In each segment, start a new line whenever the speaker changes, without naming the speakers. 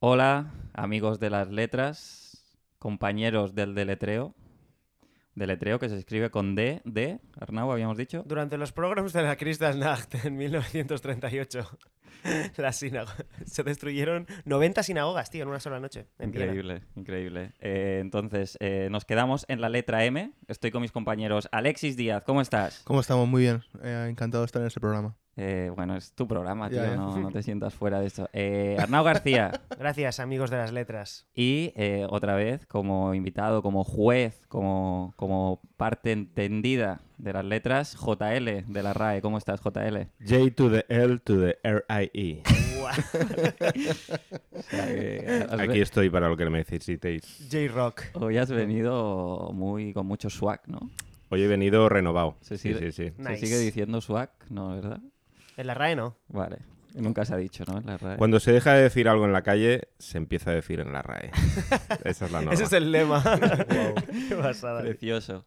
Hola, amigos de las letras, compañeros del deletreo. Deletreo que se escribe con D, D, Arnau, habíamos dicho.
Durante los programas de la Kristallnacht en 1938, las sinago- se destruyeron 90 sinagogas, tío, en una sola noche. en Viena.
Increíble, increíble. Eh, entonces, eh, nos quedamos en la letra M. Estoy con mis compañeros. Alexis Díaz, ¿cómo estás?
¿Cómo estamos? Muy bien. Eh, encantado de estar en este programa.
Eh, bueno, es tu programa,
Ya,
tío,
ya.
No, no te sientas fuera de esto. Eh, Arnau García,
Gracias, amigos de las letras.
Y eh, otra vez, como invitado, como juez, como, como parte entendida de las letras, JL de la RAE. ¿Cómo estás, JL?
J to the L to the E. R-I-E.
Guau.
O sea, que eh, has
Aquí
ve-
estoy para lo que me necesitéis.
J-Rock.
Hoy has venido muy con mucho swag, ¿no?
Hoy he venido renovado.
Sí,
Sí,
sí.
sí, sí.
Nice.
Se sigue diciendo swag, ¿no? ¿Verdad?
En la RAE no.
Vale. Nunca se ha dicho, ¿no? En la RAE.
Cuando se deja de decir algo en la calle, se empieza a decir en la RAE. Esa es la norma.
Ese es el lema. Qué pasada.
Precioso.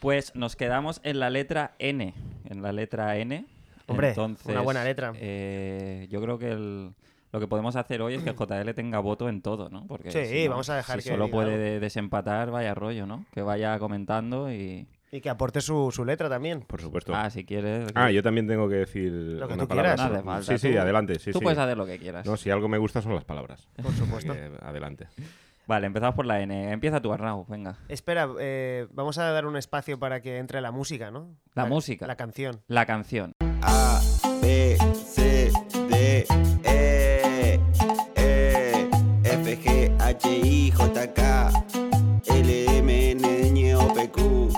Pues nos quedamos en la letra N. En la letra N.
Hombre,
Entonces,
una buena letra.
eh, yo creo que el- lo que podemos hacer hoy es que el JL tenga voto en todo, ¿no? Porque
Sí,
si no-
vamos a dejar
si
que
solo
diga
puede
algo.
de- desempatar, vaya rollo, ¿no? Que vaya comentando y...
Y que aporte su, su letra también.
Por supuesto.
Ah, si quieres...
Ah, yo también tengo que decir
que
una
tú
palabra.
quieras.
No hace
solo.
falta,
Sí, sí,
tú-
adelante. Sí,
Tú
sí.
puedes hacer lo que quieras.
No, si algo me gusta son las palabras.
Por supuesto.
Así que, adelante.
Vale, empezamos por la N. Empieza tú, Arnau, venga.
Espera, eh, vamos a dar un espacio para que entre la música, ¿no?
La música.
La canción.
La canción.
A, B, C, D, E, E, F, G, H, I, J, K, L, M, N, Ñ, O, P, Q,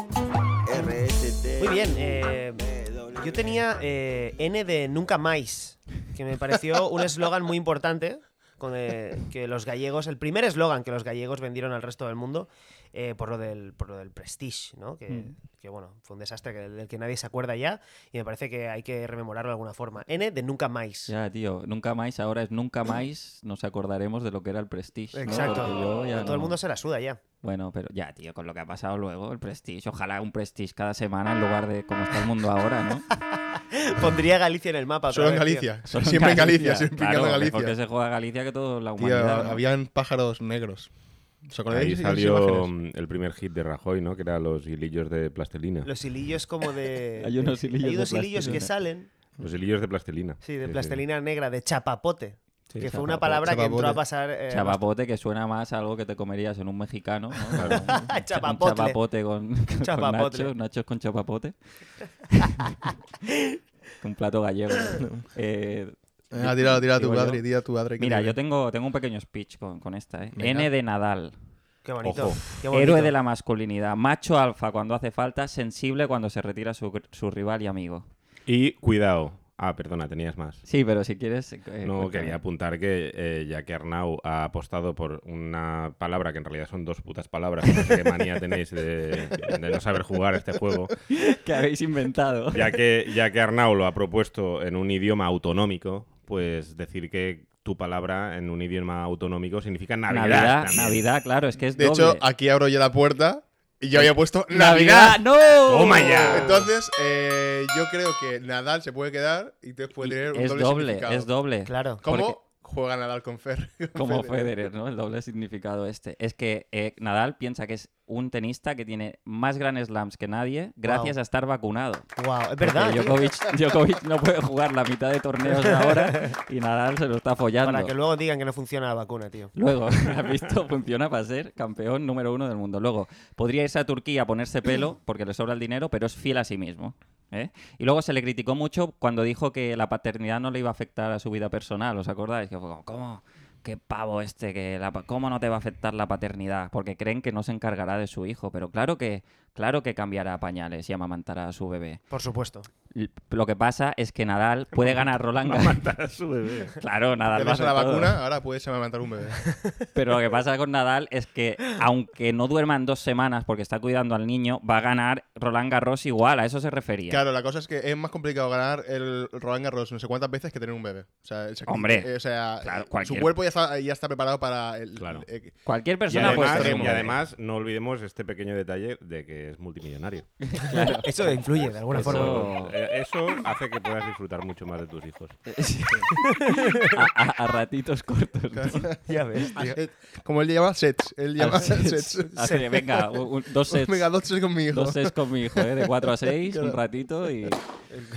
R, S, T.
Muy bien, eh,
V, W.
Yo tenía eh, N de nunca más, que me pareció un eslogan muy importante con, eh, que los gallegos, el primer eslogan que los gallegos vendieron al resto del mundo eh, por, lo del, por lo del prestige, ¿no? Que,
Mm.
que, bueno, fue un desastre que- del que nadie se acuerda ya y me parece que hay que rememorarlo de alguna forma. N de nunca más.
Ya, tío, nunca más, ahora es nunca más nos acordaremos de lo que era el Prestige. ¿no?
Exacto.
Porque yo ya
A todo el
no-
mundo se la suda ya.
Bueno, pero ya, tío, con lo que ha pasado luego, el Prestige. Ojalá un Prestige cada semana en lugar de como está el mundo ahora, ¿no?
Pondría Galicia en el mapa. otra
Solo en
vez, tío.
Galicia. siempre en Galicia, siempre
claro,
picando
mejor que
Galicia.
se juega Galicia que toda la
Tío,
humanidad. ¿no?
habían pájaros negros. ¿Os acordáis?
Ahí
de esas
salió
imágenes?
mm, el primer hit de Rajoy, ¿no? Que era los hilillos de plastilina.
Los hilillos como de...
Hay unos
de-
hilillos
hay
de
unos hilillos que
plastilina.
salen,
Los hilillos de plastilina.
sí, de plastilina negra, de chapapote.
Sí,
que fue una
chapapote.
palabra que entró a
Chapapote.
pasar. eh,
Chapapote que suena más a algo que te comerías en un mexicano, ¿no? Un cha- un
Chapapotle.
chapapote con, con
Chapapotle.
nachos, nachos con chapapote. un plato gallego. ¿no? Eh,
Venga, Ah, tira, tira a
Digo
tu
yo.
padre, tira a tu padre. que
mira,
te-
yo tengo, tengo un pequeño speech con, con esta, ¿eh?
Venga.
N de Nadal.
Qué bonito.
Ojo.
qué bonito.
Héroe de la masculinidad, macho alfa cuando hace falta, sensible cuando se retira su, su rival y amigo.
Y cuidado. Ah, perdona, tenías más.
Sí, pero si quieres... eh,
No,
cuéntame.
quería apuntar que eh, ya que Arnau ha apostado por una palabra que en realidad son dos putas palabras, no sé qué manía tenéis de, de no saber jugar este juego,
Que habéis inventado.
ya que, ya que Arnau lo ha propuesto en un idioma autonómico, pues decir que tu palabra en un idioma autonómico significa Navidad.
Navidad,
también.
Navidad, claro, es que es
De
doble. Pues,
hecho, aquí abro yo la puerta y yo había puesto Navidad.
Navidad, no.
¡Toma ya!
Entonces, eh, yo creo que Nadal se puede quedar y te puede tener un
es
doble,
doble,
significado.
es doble.
Claro.
¿Cómo
porque-
juega Nadal con Fer?
Como Federer, ¿no? El doble significado este. Es que eh, Nadal piensa que es un tenista que tiene más Grand Slams que nadie gracias
Guau.
a estar vacunado.
Wow, es
Porque
verdad. tío.
Djokovic, Djokovic no puede jugar la mitad de torneos ahora y Nadal se lo está follando.
Para que luego digan que no funciona la vacuna, tío.
Luego, ¿has visto? Funciona para ser campeón número uno del mundo. Luego, podría irse a Turquía a ponerse pelo porque le sobra el dinero, pero es fiel a sí mismo. ¿eh? Y luego se le criticó mucho cuando dijo que la paternidad no le iba a afectar a su vida personal, ¿os acordáis? Que fue como, ¿cómo? ¿Qué pavo este? Que la pa- ¿Cómo no te va a afectar la paternidad? Porque creen que no se encargará de su hijo, pero claro que, claro que cambiará pañales y amamantará a su bebé.
Por supuesto.
L- Lo que pasa es que Nadal puede ganar Roland Garros.
Para su bebé.
Claro, Nadal
Te
lo
das
hace
a la
todo.
vacuna, ahora puedes amamantar un bebé.
Pero lo que pasa con Nadal es que, aunque no duerman dos semanas porque está cuidando al niño, va a ganar Roland Garros igual, a eso se refería.
Claro, la cosa es que es más complicado ganar el Roland Garros no sé cuántas veces que tener un bebé. O sea, el sacrificio-
Hombre,
eh, o sea
claro,
su
cualquier-
cuerpo ya está, ya está preparado para el.
Claro.
eh,
Cualquier
Y
persona puede
además,
ser un
y
bebé.
además, no olvidemos este pequeño detalle de que porque es multimillonario.
Eso influye de alguna
Eso-
forma.
Oh.
Eh, Eso hace que puedas disfrutar mucho más de tus hijos.
A, a- a ratitos cortos. ¿no?
Ya ves.
Ah, eh, Como él lleva sets. Él lleva
Al sets.
sets.
Así que venga, un- un- dos sets.
Venga, dos sets conmigo.
Dos sets con mi hijo, ¿eh? De 4 a 6, un
Claro.
ratito y,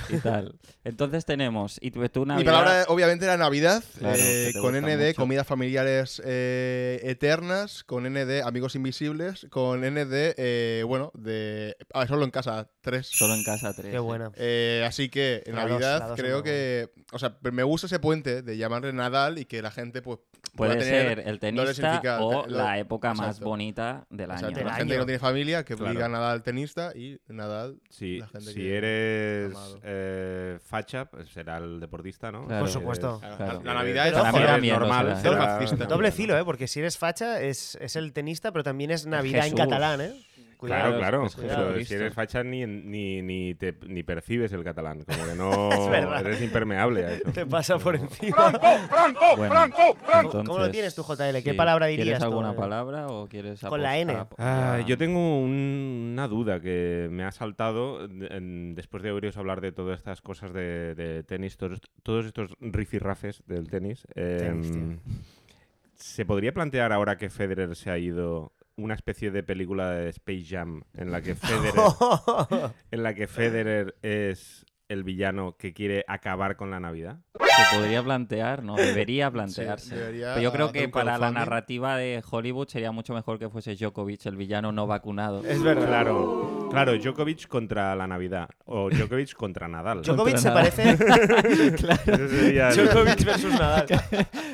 y tal. Entonces tenemos... Y tu, tu
Mi
Navidad-
palabra, obviamente, era Navidad,
Claro,
eh,
que te
con
gusta
N de
mucho.
comidas familiares eh, eternas, con N de amigos invisibles, con N de, eh, bueno, de... ah, solo en casa, tres.
Solo en casa 3.
Qué buena.
Eh, así que en
La dos,
Navidad
la dos es
creo
muy
que, o sea, me gusta ese puente de llamarle Nadal y que la gente pues pueda
Puede
tener-
ser el
doble
tenista
significado,
o
lo-
la época más
exacto.
bonita del
o
año.
sea,
Del
la
¿no?
gente que
año.
no tiene familia que obliga
Claro.
a Nadal tenista y Nadal
Si,
La gente
si
que-
eres
amado.
eh, facha, pues será el deportista, ¿no?
Claro.
Por supuesto.
Si eres-
Claro.
La Navidad es
si
Será
eres
mierda,
normal,
será.
será
Doble fascista.
Doble
Navidad,
filo, ¿eh? Porque si eres facha, es, es el tenista, pero también es Navidad
Jesús.
en catalán, ¿eh?
¿no? Claro,
Cuidado,
claro.
es
Pero
Jesucristo.
si eres facha ni, ni, ni, te, ni percibes el catalán. Como que
Es
no
verdad.
eres impermeable a eso.
Te pasa por encima.
Bueno,
¿Cómo lo
entonces,
tienes tú, JL? ¿Qué
sí.
palabra dirías
¿Quieres
tú?
alguna palabra o quieres
Con la
apos-
N.
apo-
Ah,
ya-
yo tengo un- una duda que me ha saltado de- en- después de oíros hablar de todas estas cosas de, de tenis, todos, todos estos rifirrafes del tenis.
Tenis,
em, ¿Se podría plantear ahora que Federer se ha ido una especie de película de Space Jam en la que Federer, en la que Federer es el villano que quiere acabar con la Navidad?
Se podría plantear, ¿no? Debería plantearse.
debería
Pero yo creo
hacer
que
un
para la
crowdfunding.
narrativa de Hollywood sería mucho mejor que fuese Djokovic, el villano no vacunado.
Es verdad.
Claro, claro, Djokovic contra la Navidad o Djokovic contra Nadal.
Djokovic se
Nada.
parece
Ese sería el-
Djokovic versus Nadal.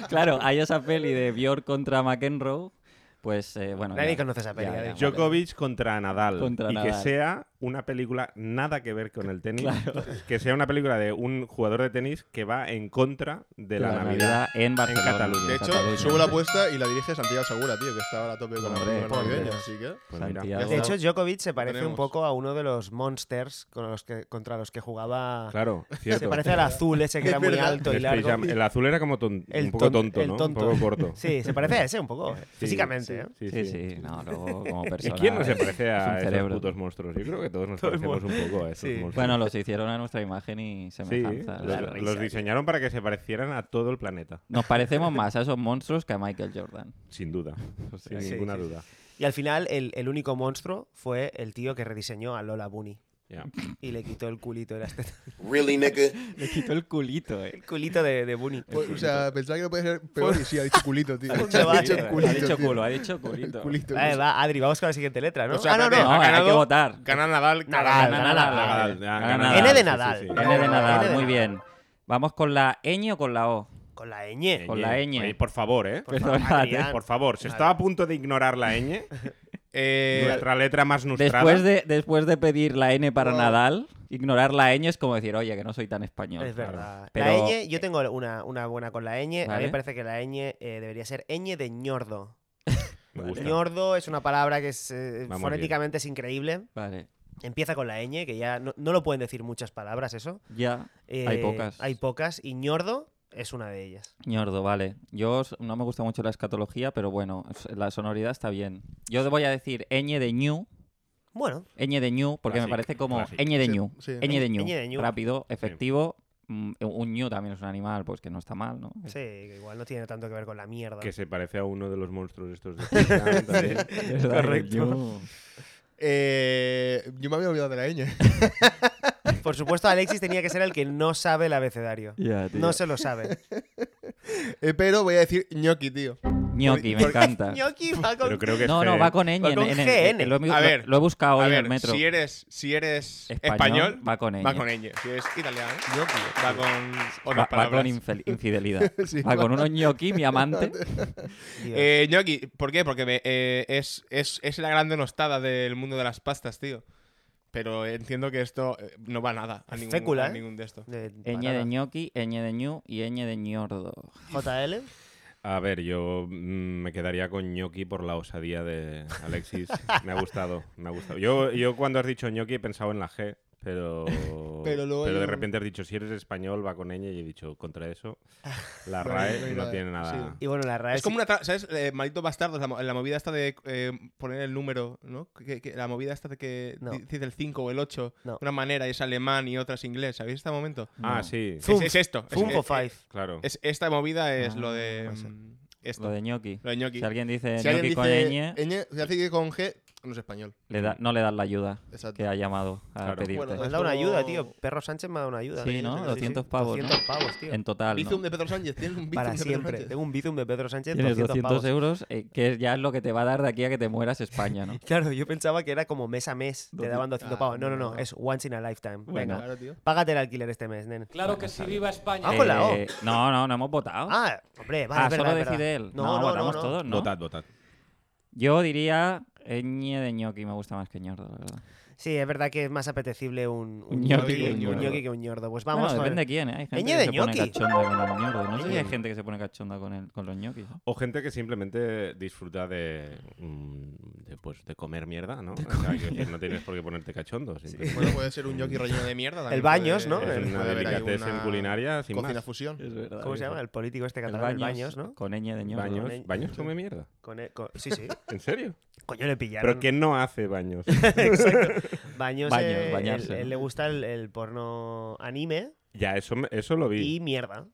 Claro, hay esa peli de Bjork contra McEnroe. Pues eh, bueno.
Nadie
ya-
conoce esa peli,
ya,
ya
ya,
digo.
vale.
Djokovic contra Nadal.
Contra
y que
Nadal.
sea una película nada que ver con el tenis. Que sea una película de un jugador de tenis que va en contra de la, Navidad.
en Barcelona.
Cataluña.
De hecho,
Cataluña.
subo la apuesta y la dirige Santiago Segura, tío, que estaba a la tope con la
Hombre,
película
por
navideña,
Dios.
así que...
Pues mira.
Santiago.
De hecho, Djokovic se parece un
Tenemos.
poco a uno de los monsters con los que, contra los que jugaba.
Claro, cierto.
Se parece al azul ese que era
Es
muy
verdad.
alto y
El Space
largo.
Jam. El azul era como ton-
El
un poco
ton-
tonto,
el
¿no?
tonto.
Un poco corto.
Sí, se parece a ese un poco, eh,
Sí,
físicamente.
sí,
¿eh?
sí,
Sí,
sí.
sí, no, luego como
¿Y
persona.
quién no se
es-
parece
es un
a esos
cerebro.
putos monstruos? Yo creo que todos nos
Todo el
parecemos un poco a esos
Sí.
monstruos.
Bueno, los hicieron a nuestra imagen y
sí,
semejanza.
los-
la
los,
risa.
diseñaron para que se parecieran a todo el planeta,
Nos parecemos más a esos monstruos que a Michael Jordan.
sin duda,
O sea
sin
que-
Sí,
ninguna
sí, sí.
duda.
Y al final, el, el único monstruo fue el tío que rediseñó a Lola Bunny.
Ya.
Y le quitó el culito de las tetas.
Really, nigga.
Le quitó el culito, eh.
El culito de, de Bunny.
Pues, o sea, pensaba que no podía ser peor y sí, ha dicho culito, tío.
Ha dicho
Ha dicho
culito,
ha dicho
tío.
culo, ha dicho culito.
Culito. pues.
Vale, va, Adri, vamos con la siguiente letra, ¿no?
Pues
O sea,
ah, no,
No,
espérate,
no.
Ha
hay que
ganado-
votar.
Gana Nadal.
Nadal, Nadal,
Nadal.
Nadal, ya,
Gana
gana
Nadal.
N de
Sí,
Nadal.
sí, sí.
N de
N
Nadal,
de
muy
Nadal.
bien. Vamos con la ñ o con la O.
Con la ñ.
Con la ñ.
Oye, por favor, ¿eh?
Por favor,
Perdonad,
Adrián.
Por favor, se estaba a punto de ignorar la ñ,
Eh,
nuestra letra más nustrada.
Después de, después de pedir la N para
Wow.
Nadal, ignorar la ñ es como decir, oye, que no soy tan español.
Es verdad.
Pero-
La ñ, yo tengo una, una buena con la ñ. A mí
Vale.
me parece que la ñ eh, debería ser ñ de ñordo.
Me gusta.
Ñordo es una palabra que es, eh,
Vamos
fonéticamente es increíble.
Vale,
Empieza con la ñ, que ya no, no lo pueden decir muchas palabras eso.
ya. Hay
Eh,
pocas.
Hay pocas y ñordo es una de ellas.
Ñordo, vale. Yo s- no me gusta mucho la escatología, pero bueno, s- la sonoridad está bien. Yo te voy a decir ñ de ñu,
Bueno,
ñ de ñu, porque
Classic,
me parece como
classic.
ñ de
Sí,
ñu,
sí.
ñ de ñu.
Ñ de ñu.
Rápido, efectivo. Mm, Un ñu también es un animal, pues que no está mal, ¿no?
sí, que igual no tiene tanto que ver con la mierda.
Que se parece a uno de los monstruos estos de Vietnam también.
Es verdad,
correcto.
ñu.
eh, yo me había olvidado de la ñ.
Por supuesto, Alexis tenía que ser el que no sabe el abecedario.
Ya, tío.
No se lo sabe.
Eh, pero voy a decir ñoqui, tío.
Ñoqui, me encanta.
Ñoqui va con-
Pero creo que es
No, no,
G.
va con ñ.
Va
en-
con
en el-
GN.
en lo-
A
lo-
ver,
lo he buscado
a
hoy en
ver,
el metro.
si eres, si eres
Español,
español,
va con ñ.
va con ñ. Si eres italiano,
Ñoqui.
va con
Va-
otras
va, con
palabras.
infel- infidelidad.
Sí,
va
va-
con unos ñoqui, mi amante.
Dios.
Eh, ñoqui, ¿por qué? Porque me- eh, es, es, es la gran denostada del mundo de las pastas, tío. Pero entiendo que esto eh, no va nada a ningún,
Fécula,
a
¿eh?
ningún de esto.
De-
ñ
para
de
nada.
ñoqui, ñ de ñu y ñ de ñordo.
JL.
A ver, yo mm, me quedaría con ñoqui por la osadía de Alexis. me ha gustado, me ha gustado. Yo, yo cuando has dicho ñoqui he pensado en la G, pero...
Pero luego hay
de
un-
repente has dicho, si eres español, va con ñ, y he dicho, contra eso, la
No,
RAE
no
no,
hay nada.
tiene nada.
Sí.
Y bueno, la RAE
Es como una. tra- ¿Sabes? Eh, Malditos bastardos, la, mo- la movida esta de eh, poner el número, ¿no? Que- que- la movida esta de que
No.
di- dices el 5 o el 8
No.
de una manera y es alemán y otra es inglés. ¿Sabéis este momento?
Ah,
No.
sí,
Es, es esto. Es,
Funko
es-
Five.
claro.
es- esta movida es
Ah,
lo de.
puede ser.
mm, Esto.
Lo de ñoqui.
lo de ñoqui.
Si alguien dice
Si
ñoqui
alguien
con
dice
ñ,
ñ, si hace que con G, no es español.
le da- no le das la ayuda
Exacto.
que ha llamado a
Claro.
pedirte.
Bueno,
Me
es
has dado una
como-
ayuda, tío. Perro Sánchez me ha dado una ayuda.
Sí, ¿no? 200 pavos, ¿no?
200 pavos, tío.
en total, ¿no?
Bizum de Pedro Sánchez, tiene un bizum
Para
de Pedro
siempre.
Sánchez.
Tengo un bizum de Pedro Sánchez.
tienes
200,
200
pavos.
euros, eh, que ya es lo que te va a dar de aquí a que te mueras España, ¿no?
Claro, yo pensaba que era como mes a mes. Te daban 200
Ah,
pavos. No, no,
no,
no.
no.
Es once in a lifetime.
Bueno.
Venga.
Claro, tío.
Págate el alquiler este mes, nen.
Claro que sí, viva España.
Ah, con la O.
Eh, no, no, no hemos votado.
Ah, hombre, vale,
Ah,
es verdad,
solo
es verdad.
decide él. No, votamos todos, ¿no?
Votad, votad.
Yo diría ñe de ñoqui, me gusta más que ñordo, la verdad.
Sí, es verdad que es más apetecible un,
Un ñoqui
ñoqui-
que un
un
ñordo.
ñoqui que un ñordo. Pues vamos
Bueno,
con el-
depende de quién, ¿eh? Hay gente
Ñe
que
de
se
ñoqui.
pone cachonda con el ñordo. No sé si hay
Ñe.
gente que se pone cachonda con, el, con los ñoquis. ¿no?
O gente que simplemente disfruta de, mm, de, pues, de comer mierda, ¿no? O sea, quiero decir, no tienes por qué ponerte cachondo. simplemente.
Bueno, puede ser un yoki relleno de mierda. también
El Baños,
puede-
¿no?
Es
Eh,
una
puede haber ahí
delicateza en
una
culinaria, sin
Cocina
más.
fusión.
¿Cómo se llama? El político este
El
catalán, el Baños, ¿no?
Con ñ de ñordo.
Baños,
Ñe-
baños come mierda.
Con el- con- sí, sí.
¿En serio?
Coño, le pillaron.
¿Pero qué no hace baños?
Baños,
Baños,
eh, él-
bañarse,
él
¿no?
le gusta el, el porno anime
ya, eso, me- eso lo vi.
y mierda.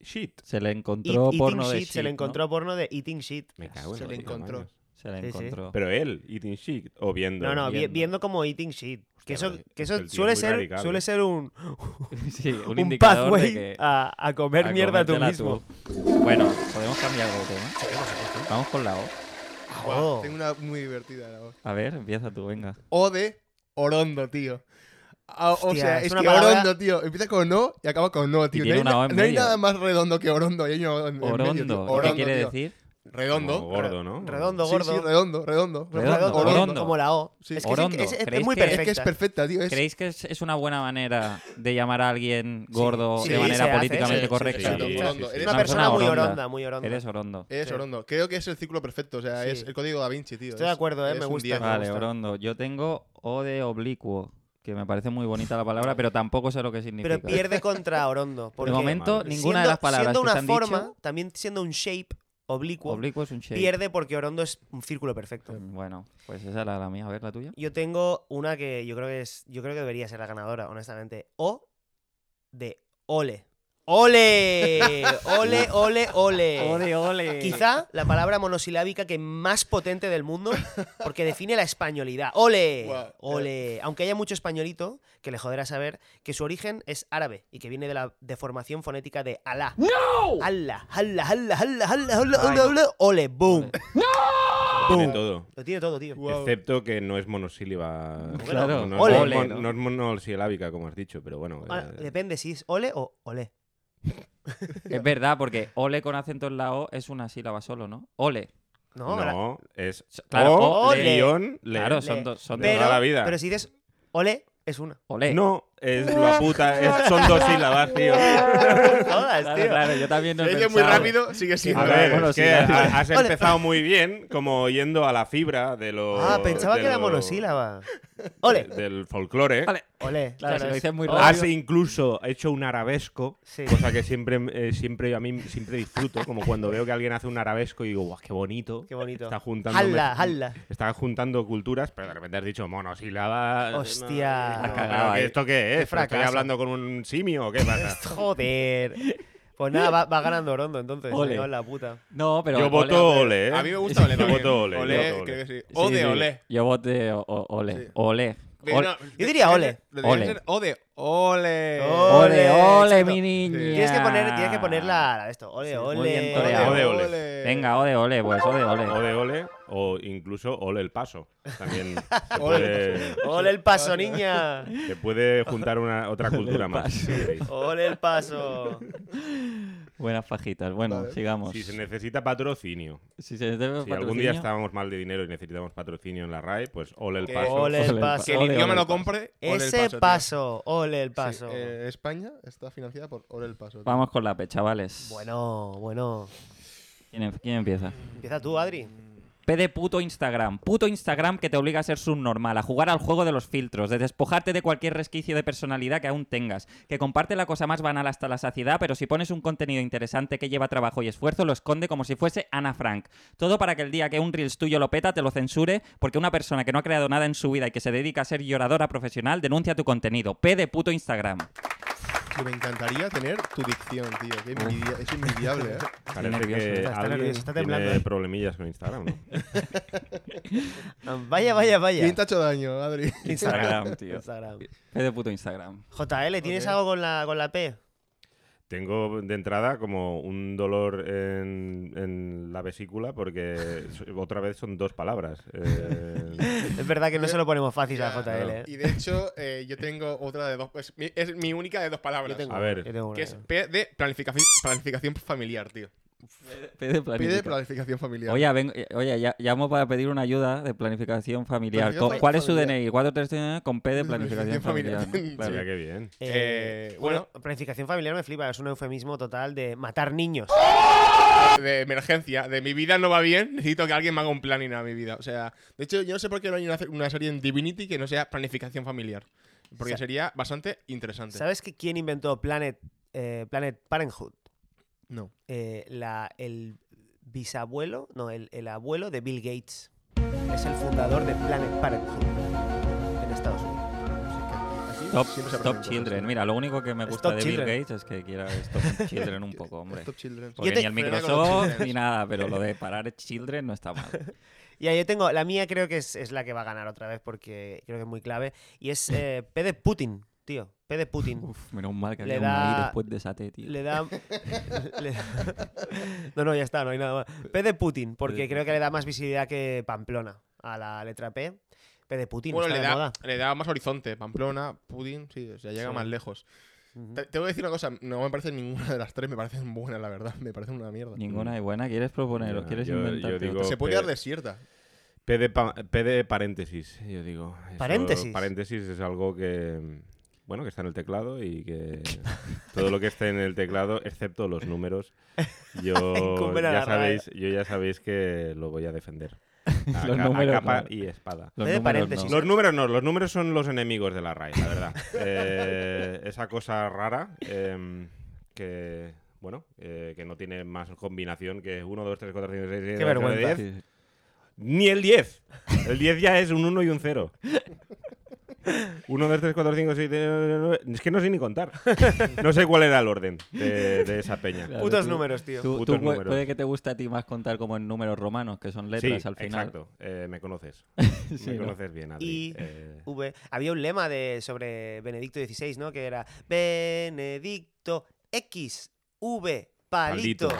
Shit.
Se le
Eat-
encontró
eating
porno de
shit, se le
shit, ¿no?
encontró porno de eating shit.
Me cago en
Se
la
le
vida,
encontró.
Baños.
Se le
Sí, sí.
encontró.
Pero él, eating shit, o viendo.
No, no, vi-
viendo. pues,
viendo, como eating shit. Que
Hostia,
eso,
pero
que
es
eso
que el tío
suele,
es muy
ser,
radical,
suele
¿eh?
ser un,
sí, un,
un,
indicador de
pathway
que...
a, a comer
a
mierda tú
comértela
mismo.
Bueno, podemos cambiar de tema. Vamos con la O.
Oh.
Tengo una muy divertida la voz.
A ver, empieza tú, venga.
O de Orondo, tío. Ah, o
Hostia,
sea,
es
es,
una
que
palabra-
Orondo, tío. Empieza con O y acaba con O, tío.
tiene
no hay,
una
na-
O en
no hay
medio.
nada más redondo que Orondo. y hay una O en medio,
Orondo.
tío.
¿Qué
Orondo,
quiere
tío.
decir?
Como
Redondo.
gordo, ¿no?
Redondo,
Sí,
gordo.
sí, redondo, redondo.
Redondo,
como-
orondo.
Como la O.
Sí.
Es que sí,
Orondo.
es, es- es
¿Creéis
muy
que-
Es
perfecta.
que es perfecta, tío. Es,
¿Creéis que es, es una buena manera de llamar a alguien gordo
Sí,
de
sí,
manera
se hace,
políticamente
sí, sí,
correcta?
exacto,
Sí,
orondo.
sí, sí.
Eres
Es
Una
una
persona
persona muy
oronda.
oronda, muy oronda.
Eres orondo.
Es
Sí.
Orondo. Creo que es el círculo perfecto. O sea,
Sí.
es el código da Vinci, tío.
Estoy de
Es-
acuerdo, eh,
es
me
un
gusta.
10.
Vale,
gusta.
orondo. Yo tengo O de oblicuo, que me parece muy bonita la palabra, pero tampoco sé lo que significa.
Pero pierde contra orondo. Porque
¿eh? de momento,
Madre.
ninguna de las palabras
Siendo
que
una
se han
forma,
dicho,
también siendo un shape oblicuo,
oblicuo es un shape.
pierde porque orondo es un círculo perfecto.
Bueno, pues esa era la mía. A ver, la tuya.
Yo tengo una que yo creo que es. Yo creo que debería ser la ganadora, honestamente. O de Ole. ¡Ole! ¡Ole, ole, ole!
ole.
Quizá la palabra monosilábica que más potente del mundo, porque define la españolidad. ¡Ole!
Guau.
¡Ole! Aunque haya mucho españolito que le joderá saber que su origen es árabe y que viene de la deformación fonética de Alá. ¡No! Alá, Alá, Alá, Alá, Alá, Alá, Alá, Alá. ¡Ole! ¡Boom!
Tiene todo.
Lo tiene todo, tío.
Guau.
Excepto que no es monosílaba.
Claro.
No,
Ole.
es mon-
Ole, ¿no?
no es monosilábica, como has dicho, pero bueno.
Ah,
eh,
Depende si es ole o ole.
Es verdad, porque ole con acento en la O es una sílaba solo, ¿no? Ole.
No,
no,
la-
es.
Claro,
o,
ole.
guión, le-
Claro,
Le-
son, dos- son
Oh, Pero-
dos.
toda la vida.
Pero si dices ole, es una.
Ole.
No, es la puta. es- son dos sílabas, tío.
No jodas,
Claro,
tío.
claro, yo también no he
Se dice muy
pensado.
rápido, sigue siendo.
A
Vale,
ver,
bueno,
es
sí,
que
vale.
ha- has
Ole.
empezado muy bien, como yendo a la fibra de los.
Ah, pensaba
de
que era
lo-
monosílaba. Ole,
Del folclore.
Vale.
ole.
Claro, si lo
es-
dices muy rápido.
Has incluso hecho un arabesco,
Sí.
cosa que siempre, eh, siempre a mí siempre disfruto, como cuando veo que alguien hace un arabesco y digo, guau, qué bonito.
Qué bonito.
Está juntando,
Hala, hala.
está juntando culturas, pero de repente has dicho monosílaba.
Hostia.
no,
La
no,
cagaba,
pero que
eh.
¿Esto qué es? ¿Estoy
fracaso.
hablando con un simio o qué pasa?
Joder. Pues nada, va, va ganando Orondo entonces.
Ole.
Me cago en la puta.
No, pero.
Yo
ole,
voto
ole.
ole, ¿eh?
A mí me gusta Ole.
Yo
también.
voto ole, yo
Ole,
voto
creo
ole.
que sí.
Sí,
O de
sí.
Ole.
Yo voté o- o- ole.
Sí.
Ole.
Pero
Ole.
no,
Yo diría Ole.
lo debería
Ole.
ser O de Ole.
Ole, ole, mi
exacto.
niña.
Tienes que poner, tienes que poner la, eh, la de esto. Ole,
Sí, muy
ole.
bien
ole.
toreado.
Ole, ole.
Venga, ole, ole, pues ole,
O
Eh.
ole.
de ole, o incluso ole el paso. También se
Ole.
puede,
Ole el paso, niña.
se puede juntar una, otra cultura más.
paso.
si queréis.
Ole el paso.
Buenas fajitas. Bueno, sigamos.
Si se necesita patrocinio,
Si se debe
si algún
patrocinio-
día estábamos mal de dinero y necesitamos patrocinio en la RAE, pues ole el
Que-
paso.
Ole
Ole el paso.
el paso.
Que el
Ole,
idioma
ole,
lo compre. Ole el
Ese
tío.
paso. Ole el
Sí,
paso.
eh, España está financiada por Ole el Paso. tío.
Vamos con la P, chavales.
Bueno, bueno.
¿Quién, em- quién empieza?
Empieza tú, Adri.
P de puto Instagram. Puto Instagram que te obliga a ser subnormal, a jugar al juego de los filtros, de despojarte de cualquier resquicio de personalidad que aún tengas, que comparte la cosa más banal hasta la saciedad, pero si pones un contenido interesante que lleva trabajo y esfuerzo, lo esconde como si fuese Ana Frank. Todo para que el día que un Reels tuyo lo peta, te lo censure, porque una persona que no ha creado nada en su vida y que se dedica a ser lloradora profesional denuncia tu contenido. P de puto Instagram.
Que me encantaría tener tu dicción, tío. Qué envidia- es envidiable, ¿eh?
Parece
nervioso,
que
está- está
alguien
nervioso, está
tiene
temblando, ¿eh?
problemillas con Instagram, ¿no?
Ah, Vaya, vaya, vaya.
¿Quién te ha hecho daño, Adri?
Instagram, tío.
Instagram.
P de puto Instagram.
JL, ¿tienes
Ok.
algo con la, con la P?
Tengo de entrada como un dolor en, en la vesícula porque so- otra vez son dos palabras. Eh,
Es verdad que no se lo ponemos fácil a
Ya,
JL. ¿eh?
Y de hecho, eh, yo tengo otra de dos. Es mi, es mi única de dos palabras.
Yo tengo
A
una,
ver,
yo tengo
Que
una. eh.
es P de planificación, planificación familiar, tío.
P de
P de
planificación.
planificación familiar.
Oye, vengo- eh, oye, ya- llamo para pedir una ayuda de planificación familiar.
Planificación
Co- ¿Cuál es su
familiar.
DNI? 439 con P de planificación
Planificación
familiar.
familiar.
¿no? Claro.
Mira qué bien.
Eh, bueno,
planificación familiar me flipa, es un eufemismo total de matar niños.
de emergencia, de mi vida no va bien, necesito que alguien me haga un planning a mi vida. O sea, de hecho, yo no sé por qué no hay una, una serie en Divinity que no sea planificación familiar. Porque
Sa-
sería bastante interesante.
¿Sabes que quién inventó Planet, eh, Planet Parenthood?
No.
Eh, la, el bisabuelo, no, el, el abuelo de Bill Gates. Es el fundador de Planet Parenthood en Estados Unidos.
Así
Top,
siempre
Top
se aprenden cosas.
Children. Mira, lo único que me
Es
gusta
Top
de Bill
Children.
Gates es que quiera es Top Children un poco, hombre.
Top Children.
Porque
te-
ni el
Frena con los
Microsoft
children.
ni nada, pero lo de parar Children no está mal.
Ya, yo tengo, la mía creo que es, es la que va a ganar otra vez porque creo que es muy clave. Y es eh, P de Putin, tío. P de Putin.
Uf, menos mal que
Le
había una
da-
I después de esa T, tío.
Le da. le- No, no, ya está, no hay nada más. P de Putin, porque creo que le da más visibilidad que Pamplona a la letra P. P de Putin,
Bueno,
está
le
de
da,
moda.
le da más horizonte. Pamplona, Putin, sí, o sea, llega
Sí.
más lejos.
Ujú.
Te, te voy a decir una cosa, no me parece ninguna de las tres, me parecen buenas, la verdad. Me parecen una mierda.
Ninguna es buena. ¿Quieres proponeros?
Ya,
¿Quieres
yo- yo
inventarte
digo-
otra?
Se puede
Pero-
quedar desierta.
P de, pa- P de paréntesis, yo digo. Eso-
Paréntesis.
Paréntesis es algo que. Bueno, que está en el teclado y que todo lo que esté en el teclado, excepto los números, yo,
Incumben a la eh.
ya
RAE.
sabéis, yo ya sabéis que lo voy a defender. A,
Los
ca- a
números,
capa
claro.
y espada.
Los
P de
números
paréntesis.
no.
Los números no, los números son los enemigos de la RAE, la verdad. Eh, esa cosa rara em, que, bueno, eh, que no tiene más combinación que 1, 2, 3, 4, 5, 6, 7,
Qué
8, 9,
vergüenza.
Sí.
10. Ni el 10. El 10 ya es un 1 y un 0. 1, 2, 3, 4, 5, 6, 9. Es que no sé ni contar. No sé cuál era el orden de, de esa peña.
Claro,
Putos
tú-
números, tío.
Tú,
Putos
tú pue-
números.
puede que te guste a ti más contar como en números romanos, que son letras
sí,
al final.
Exacto. Eh, me conoces.
Sí,
me
¿no?
conoces bien, Adri.
Y-
Eh,
V. Había un lema de, sobre Benedicto XVI, ¿no? Que era Benedicto X, V, palito.
Palito.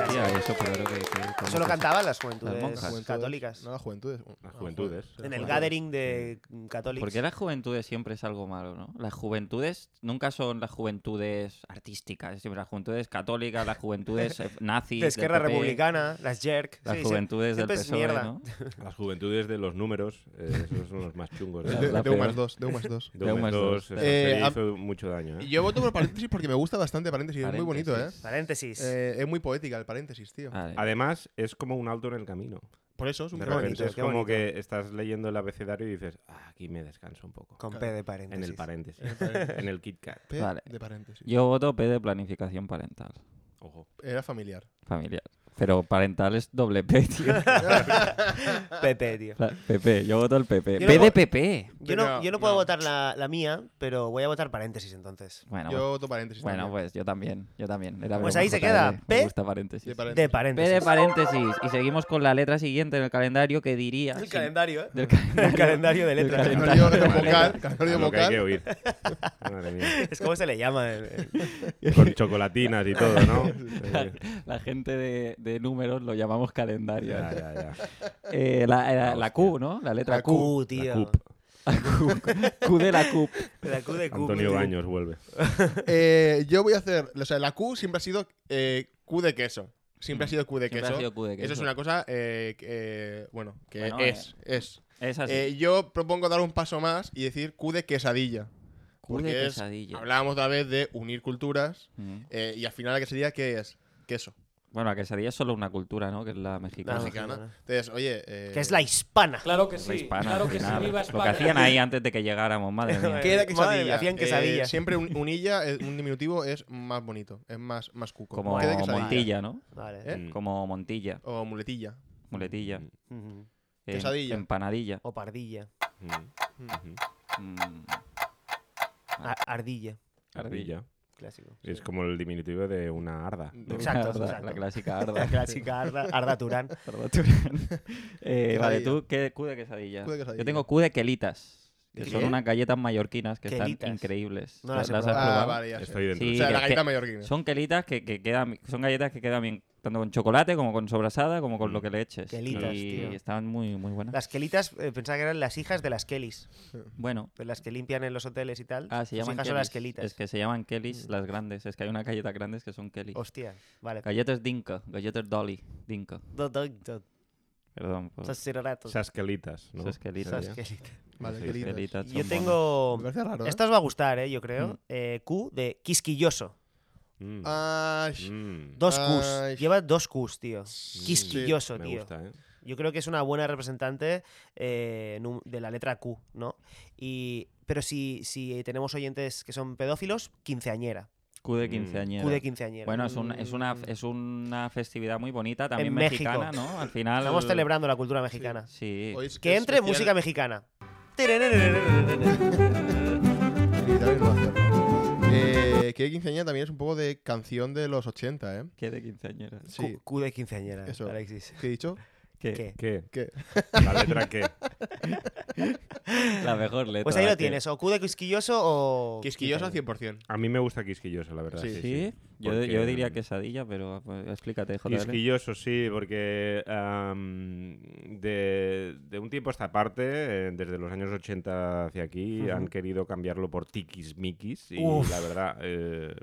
Hostia, eso claro que- que-
Eso lo cantaban las juventudes
Las monjas.
Juventudes,
católicas.
No, las juventudes.
Las juventudes.
En el gathering de católicos.
Porque las juventudes siempre es algo malo, ¿no? Las juventudes nunca son las juventudes artísticas, siempre las juventudes católicas, las juventudes eh, nazis.
De Esquerra
del PP,
Republicana, las Jerk.
Las
sí, sí.
juventudes del
siempre es
PSOE,
mierda.
E, ¿no?
las juventudes de los números, eh, esos son los más chungos.
De,
La-
de,
la
de un
peor.
más dos, de un más dos.
De un
más
mes dos,
dos.
eso
Eh,
se
a-
hizo mucho daño. ¿eh?
Yo voto por paréntesis porque me gusta bastante paréntesis, es muy bonito, ¿eh?
Paréntesis. Ah,
Paréntesis.
Eh, Es muy poética el paréntesis, tío.
Vale.
Además, es como un alto en el camino.
Por eso es un
De
Qué bonito,
repente es
qué
como
bonito.
que estás leyendo el abecedario y dices, "Ah, aquí me descanso un poco.
con P de paréntesis.
En el paréntesis.
paréntesis.
en el KitKat.
P
Vale.
de paréntesis.
Yo voto P de planificación parental,
Ojo.
Era familiar.
familiar. Pero parental es doble P, tío.
PP, tío.
Pla- PP, yo voto el PP.
Yo
P
no
de
vo-
PP.
Yo no,
Pero,
yo no puedo
no.
votar la, la mía, pero voy a votar paréntesis entonces.
Bueno,
Yo voto paréntesis.
pues, bueno,
también.
pues yo también, yo también. Era
Pues
broma,
ahí se
JL,
queda.
me
P
gusta paréntesis.
De paréntesis.
De
P de
paréntesis.
paréntesis. Y seguimos con la letra siguiente en el calendario que diría...
El
sin-
calendario, ¿eh?
del calendario.
El calendario de
del
letras.
calendario.
Canario de
Vale.
vocal,
A
canario
lo que hay que
vocal.
oír. Madre mía.
Es como se le llama. eh, eh.
Con chocolatinas y todo, ¿no? Eh,
La gente de, de números lo llamamos calendario.
ya, ya, ya.
Eh, la, la- la Q, ¿no? La letra
La
Q.
Q, tío.
cup.
Q de la Q.
La Q de Q.
Antonio
tío.
Baños vuelve.
Eh, yo voy a hacer. O sea, la Q siempre ha sido eh, Q de queso. Siempre ha sido Q de
Mm. Siempre ha
queso.
sido Q de
Eso es
queso.
una cosa eh, que, eh, bueno, que
Bueno,
es. es.
Es así.
Eh, yo propongo dar un paso más y decir Q de quesadilla.
Q de
Porque es-
quesadilla.
hablábamos otra vez de unir culturas
Mm.
eh, y al final la quesadilla, ¿qué es? Queso.
Bueno, la quesadilla es solo una cultura, ¿no? Que es la mexicana.
La
mexicana.
mexicana.
Entonces, oye. eh,
Que es la hispana.
Claro que
Es
sí,
la hispana,
claro
al
que sí,
final.
viva
Lo que
España.
hacían ahí antes de que llegáramos, madre mía.
¿Qué era
Madre mía,
quesadilla?
hacían
Eh,
quesadilla.
siempre un, unilla, eh, un diminutivo es más bonito, es más, más cuco.
Como
¿Qué de quesadilla?
Montilla, ¿no?
Vale.
¿Eh?
Mm.
Como Montilla,
O muletilla.
muletilla, em-
Ujú.
Quesadilla.
empanadilla.
O pardilla.
Mm, mhm.
mm, Ah.
A- ardilla.
Ardilla.
Clásico.
Es como el diminutivo de una arda.
Exacto,
arda,
exacto.
La clásica arda.
La clásica Arda, Arda Turán.
Arda Turán. Eh, vale,
Quesadilla.
tú, ¿qué Q de quesadilla?
Q de quesadilla.
Yo tengo Q de quelitas, que
¿De
son
qué?
unas galletas mallorquinas que
Quelitas.
están increíbles.
No las he
has
probado.
Ah,
probado?
vale, ya sé.
Estoy dentro.
O
Sí,
sea,
que-
la galleta
que-
mallorquina.
Son quelitas que, que quedan, son galletas que quedan bien tanto con chocolate como con sobrasada como con lo que le eches.
Mm. Quelitas,
y
tío.
están muy, muy buenas.
Las Kelitas, eh, pensaba que eran las hijas de las Kellys,
Bueno.
de las que limpian en los hoteles y tal.
Ah, se
Sus
llaman
hijas son las
Kellys.
Kelitas.
Es que se llaman Kellys las grandes. Es que hay unas galletas grandes que son Kellys.
Hostia, vale.
Galletas Dinka, galletas Dolly, Dinka.
Do- do- do-
Perdón por
Esas ceroratos,
Sasquelitas, ¿no?
esas quelitas.
esas Kellitas.
Vale,
Sí,
quelitas.
Quelitas son
Yo
bonos.
tengo...
Me parece raro. ¿eh?
Esta os va a gustar, eh, yo creo.
Mm.
Eh, Q de quisquilloso.
Mm,
Ah,
Ay,
mm,
Dos Qs.
Ay.
Lleva dos Qs, tío. Quisquilloso,
me
tío.
gusta, ¿eh?
Yo creo que es una buena representante eh, en un- de la letra Q, ¿no? Y, pero si, si tenemos oyentes que son pedófilos, quinceañera.
Q de
Mm.
quinceañera.
Q de quinceañera. Mm.
Bueno, es, un- es, una, es una festividad muy bonita, también
En México.
mexicana, ¿no? Al final.
Estamos celebrando la cultura mexicana.
Sí.
hoy es-
Que
es
entre
especial-
música mexicana.
Y también lo hacen. Eh, que quinceañera también es un poco de canción de los 80, ¿eh?
¿Qué de quinceañera?
Sí.
Q, Q de quinceañera,
Eso.
Alexis.
¿Qué he dicho?
¿Qué?
¿Qué?
¿Qué?
¿Qué?
¿La letra qué?
La mejor letra.
Pues ahí lo
¿qué?
tienes, o Q de quisquilloso o...
Quisquilloso al
quinceañera.
100%.
A mí me gusta quisquilloso, la verdad.
Sí.
¿Sí?
Sí, sí.
Yo,
Porque,
yo diría
mm,
quesadilla, pero pues, explícate, JL.
Quisquilloso, sí, porque am, de, de un tiempo a esta parte, eh, desde los años 80 hacia aquí, han querido cambiarlo por tiquismiquis y
Uf.
la verdad eh,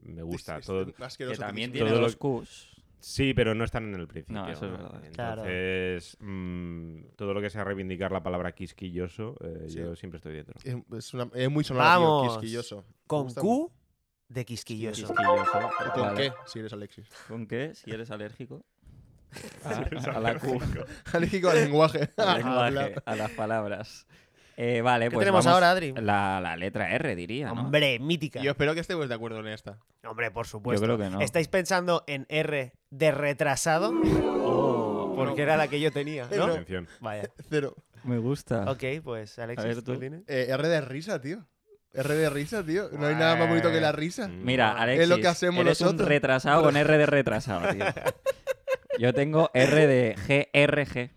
me gusta.
Es-
Todo,
es asqueroso
Que también
utilizar-
tiene
Todo lo-
los Qs.
Sí, pero no están en el principio.
No, eso es verdad.
Claro.
Entonces, mm, todo lo que sea reivindicar la palabra quisquilloso, eh,
Sí.
yo siempre estoy dentro.
Es, es una- es muy sonado, tío,
Vamos.
quisquilloso. Me
Con
gusta
Q de quisquilloso.
Quisquilloso.
mucho. ¿Y ¿Con
Vale.
qué? Si eres Alexis.
¿Con qué? Si eres alérgico. A, a la Q.
Alérgico al lenguaje.
al lenguaje, a las palabras. Eh, vale,
¿Qué
pues
tenemos
vamos-
ahora, Adri?
La, la letra R, diría, ¿no?
Hombre, mítica.
Yo espero que estés de acuerdo en esta.
Hombre, por supuesto.
creo que no.
¿Estáis pensando en R de retrasado? Porque era la que yo tenía, ¿no?
Atención.
Vaya.
Cero.
Me
Ah.
gusta.
Ok, pues Alexis,
ver, tú.
¿tú tienes?
Eh, R de risa, tío. R de risa, tío. No hay nada más bonito que la risa.
Mm.
Mira,
Ah,
Alexis,
es lo que hacemos
eres un
nosotros.
retrasado con R de retrasado, tío. Yo tengo R de GRG.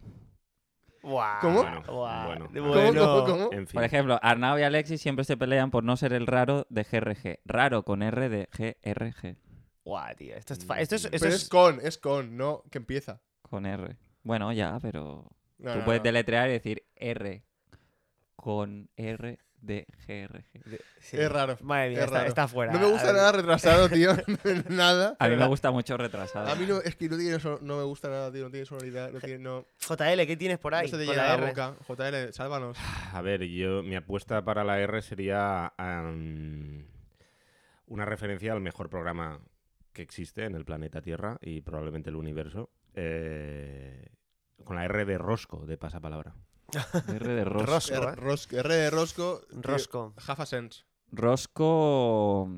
Buah,
¿Cómo?
buah,
Bueno, bueno.
¿Cómo,
bueno.
cómo, cómo?
En fin.
Por ejemplo, Arnau y Alexis siempre se pelean por no ser el raro de GRG. Raro con R de GRG.
Buah, tío. Esto es, fa- esto es, esto
Pero
es-
es con, es con, no que empieza.
Con R. Bueno, ya, pero.
No,
tú
no,
puedes
no.
deletrear y decir R con R de GRG.
sí.
Es raro.
Madre mía,
es
está,
raro.
está fuera.
No me gusta
Adri.
nada retrasado, tío. nada.
A mí me gusta mucho retrasado.
A mí no, es que no, tiene son- no me gusta nada, tío. No tiene sonoridad, no tiene. No,
JL, ¿qué tienes por
no
ahí?
se te
Con
llega
la
a la
R. Ah,
boca. JL, sálvanos.
A ver, yo mi apuesta para la R sería am, una referencia al mejor programa que existe en el planeta Tierra y probablemente el universo. eh, con la R de Rosco, de pasapalabra.
R de Rosco.
Rosco,
R,
¿eh?
Rosco- R de Rosco. tío,
Rosco.
Half a sense.
Rosco.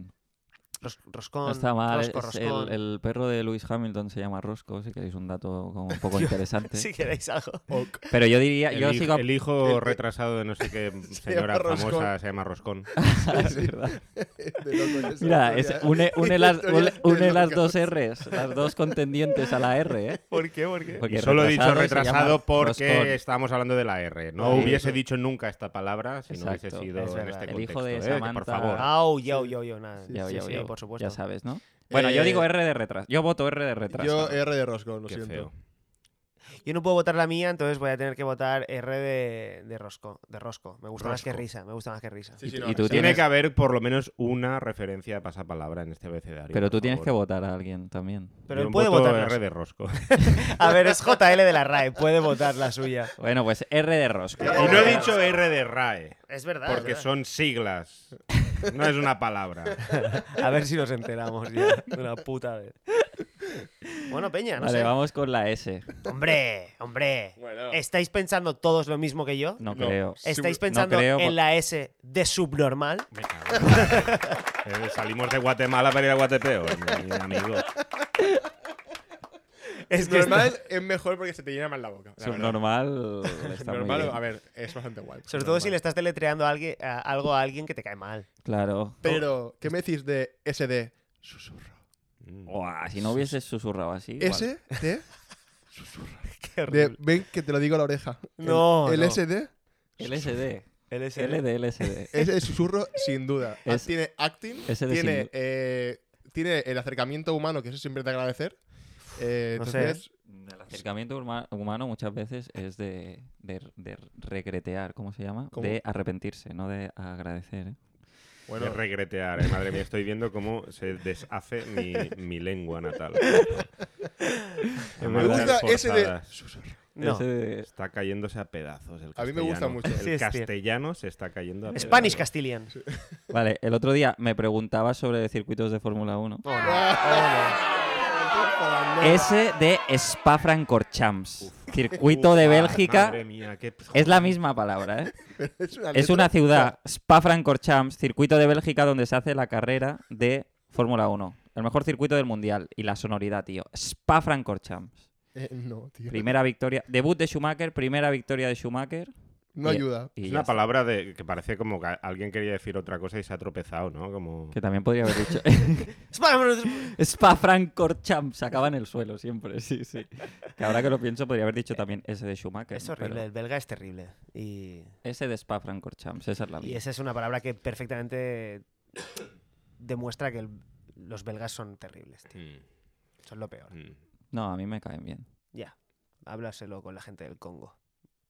Ros-
No
roscón.
está mal.
Rosco,
es el-
roscón.
El, perro de Lewis Hamilton se llama Rosco, si queréis un dato como un poco interesante.
Si queréis algo.
Ok.
Pero yo diría,
El,
yo
hij-
sigo.
el hijo
el-
retrasado de no sé qué señora
llama Roscón.
famosa se llama Roscón.
Es verdad.
De loco esa
Mira,
historia,
es-
¿eh?
une, une las,
Historias
une,
de
une las
locos.
dos R's, las dos contendientes a la R, ¿eh?
¿Por qué? ¿Por qué?
Porque
Y solo he dicho
se llama
retrasado porque
Roscón.
estábamos hablando de la R. No
Sí.
hubiese dicho nunca esta palabra si no hubiese
Exacto.
sido
Es
en
verdad.
este
El
contexto.
hijo de
¿eh? Que
Samantha- Ah,
Por favor.
Au, yo, yo, yo, nada.
Ya,
Ah, Sí,
ya,
sí,
ya,
por supuesto.
Ya sabes, ¿no? Bueno, yo
Eh,
digo R de retraso. Yo voto R de retraso.
Yo eh, R de Rosco, lo
Qué
siento.
feo.
Yo no puedo votar la mía, entonces voy a tener que votar R de, de Rosco. De Rosco. Me gusta más que
Rosco.
risa, me gusta más que risa.
Sí, sí,
Y-
no,
y tú
sí.
tienes-
Tiene que haber por lo menos una referencia a pasapalabra en este abecedario.
Pero
por
tú tienes que
favor.
votar a alguien también.
Pero
Yo
él puede
voto
votar.
R
la-
de Rosco.
A ver, es JL de la RAE, puede votar la suya.
Bueno, pues R de Rosco.
y no he dicho R de RAE,
Es verdad. es
porque
verdad.
son siglas. No es una palabra.
A ver si nos enteramos ya de una puta vez. Bueno, Peña, no
vale,
sé.
vamos con la S.
Hombre, hombre.
Bueno.
¿Estáis pensando todos lo mismo que yo?
No,
No.
creo.
¿Estáis
Sub- no
pensando
creo,
en
por-
la S de subnormal?
Me cago en la- Eh, Salimos de Guatemala para ir a Guatepeo, mi amigo.
Es que
Normal
esto-
es mejor porque se te llena más la boca. la verdad.
Subnormal. Está muy
Normal,
bien.
a ver, es bastante guay.
sobre todo si le
normal.
estás deletreando a alguien- a- algo a alguien que te cae mal.
Claro.
Pero, ¿qué me decís de SD susurro?
Mm.
Buah, si no hubieses susurrado así. igual.
SD
Qué
de
horrible.
ven que te lo digo a la oreja. El-
No,
El,
no.
SD
LSD.
LSD.
LD, LSD.
es el susurro sin duda. Ah,
Es-
tiene acting,
SD
tiene,
sin-
eh, tiene el acercamiento humano, que eso siempre te agradecer. Eh,
No sé.
entonces,
El acercamiento huma- humano muchas veces es de, de- de regretear, ¿cómo se llama?
¿Cómo?
De arrepentirse, no de agradecer. ¿eh?
De
bueno,
regretear, eh, madre mía, estoy viendo cómo se deshace mi, mi lengua natal.
me gusta SD
Forzadas.
susurro.
No.
Ese-
Está cayéndose a pedazos el
A mí me gusta
castellano.
mucho.
El
Sí, es cierto.
castellano se está cayendo a pedazos.
Spanish Castilian.
Vale, el otro día me preguntaba sobre circuitos de Fórmula 1.
Oh, no. Oh,
Ese de Spa Francorchamps, circuito de
Ufa,
Bélgica.
Madre mía, qué...
Es la misma palabra, ¿eh?
Es una,
Es
letra-
una ciudad, Spa-Francorchamps, circuito de Bélgica donde se hace la carrera de Fórmula 1. El mejor circuito del mundial y la sonoridad, tío. Spa-Francorchamps.
Eh, no, tío.
Primera victoria, debut de Schumacher, primera victoria de Schumacher.
No
y-
ayuda.
Y
Es
ya
una
está.
palabra de, que parece como que alguien quería decir otra cosa y se ha tropezado, ¿no? Como...
que también podría haber dicho.
no.
Spa-Francorchamps, acaba en el suelo siempre, sí, sí. Que ahora que lo pienso podría haber dicho también ese de Schumacher.
Es
¿no? Pero
horrible, el belga es terrible. Y,
Ese de Spa-Francorchamps, esa es la
y
mía.
esa es una palabra que perfectamente demuestra que el- los belgas son terribles, tío.
Mm,
Son lo peor.
mm.
No, a mí me caen bien.
Ya. Háblaselo con la gente del Congo.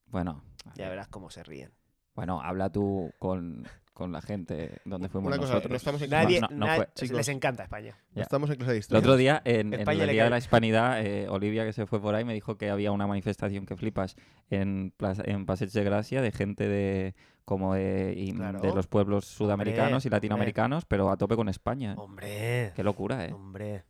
Bueno,
Ya verás cómo se ríen.
Bueno, habla tú con, con la gente donde fuimos
Una cosa,
nosotros.
no estamos en
Nadie,
No, no, no
nadie-
fue,
chicos.
les encanta España.
Ya.
No estamos en clase de
El
historia.
otro día, en, en
España
el
le
Día
cae.
de la Hispanidad, eh, Olivia, que se fue por ahí, me dijo que había una manifestación que flipas en, plaza, en Passeig de Gracia de gente de como de, y-
Claro.
de los pueblos sudamericanos y
hombre.
latinoamericanos, pero a tope con España.
Hombre,
Eh. Qué locura, ¿eh?
hombre.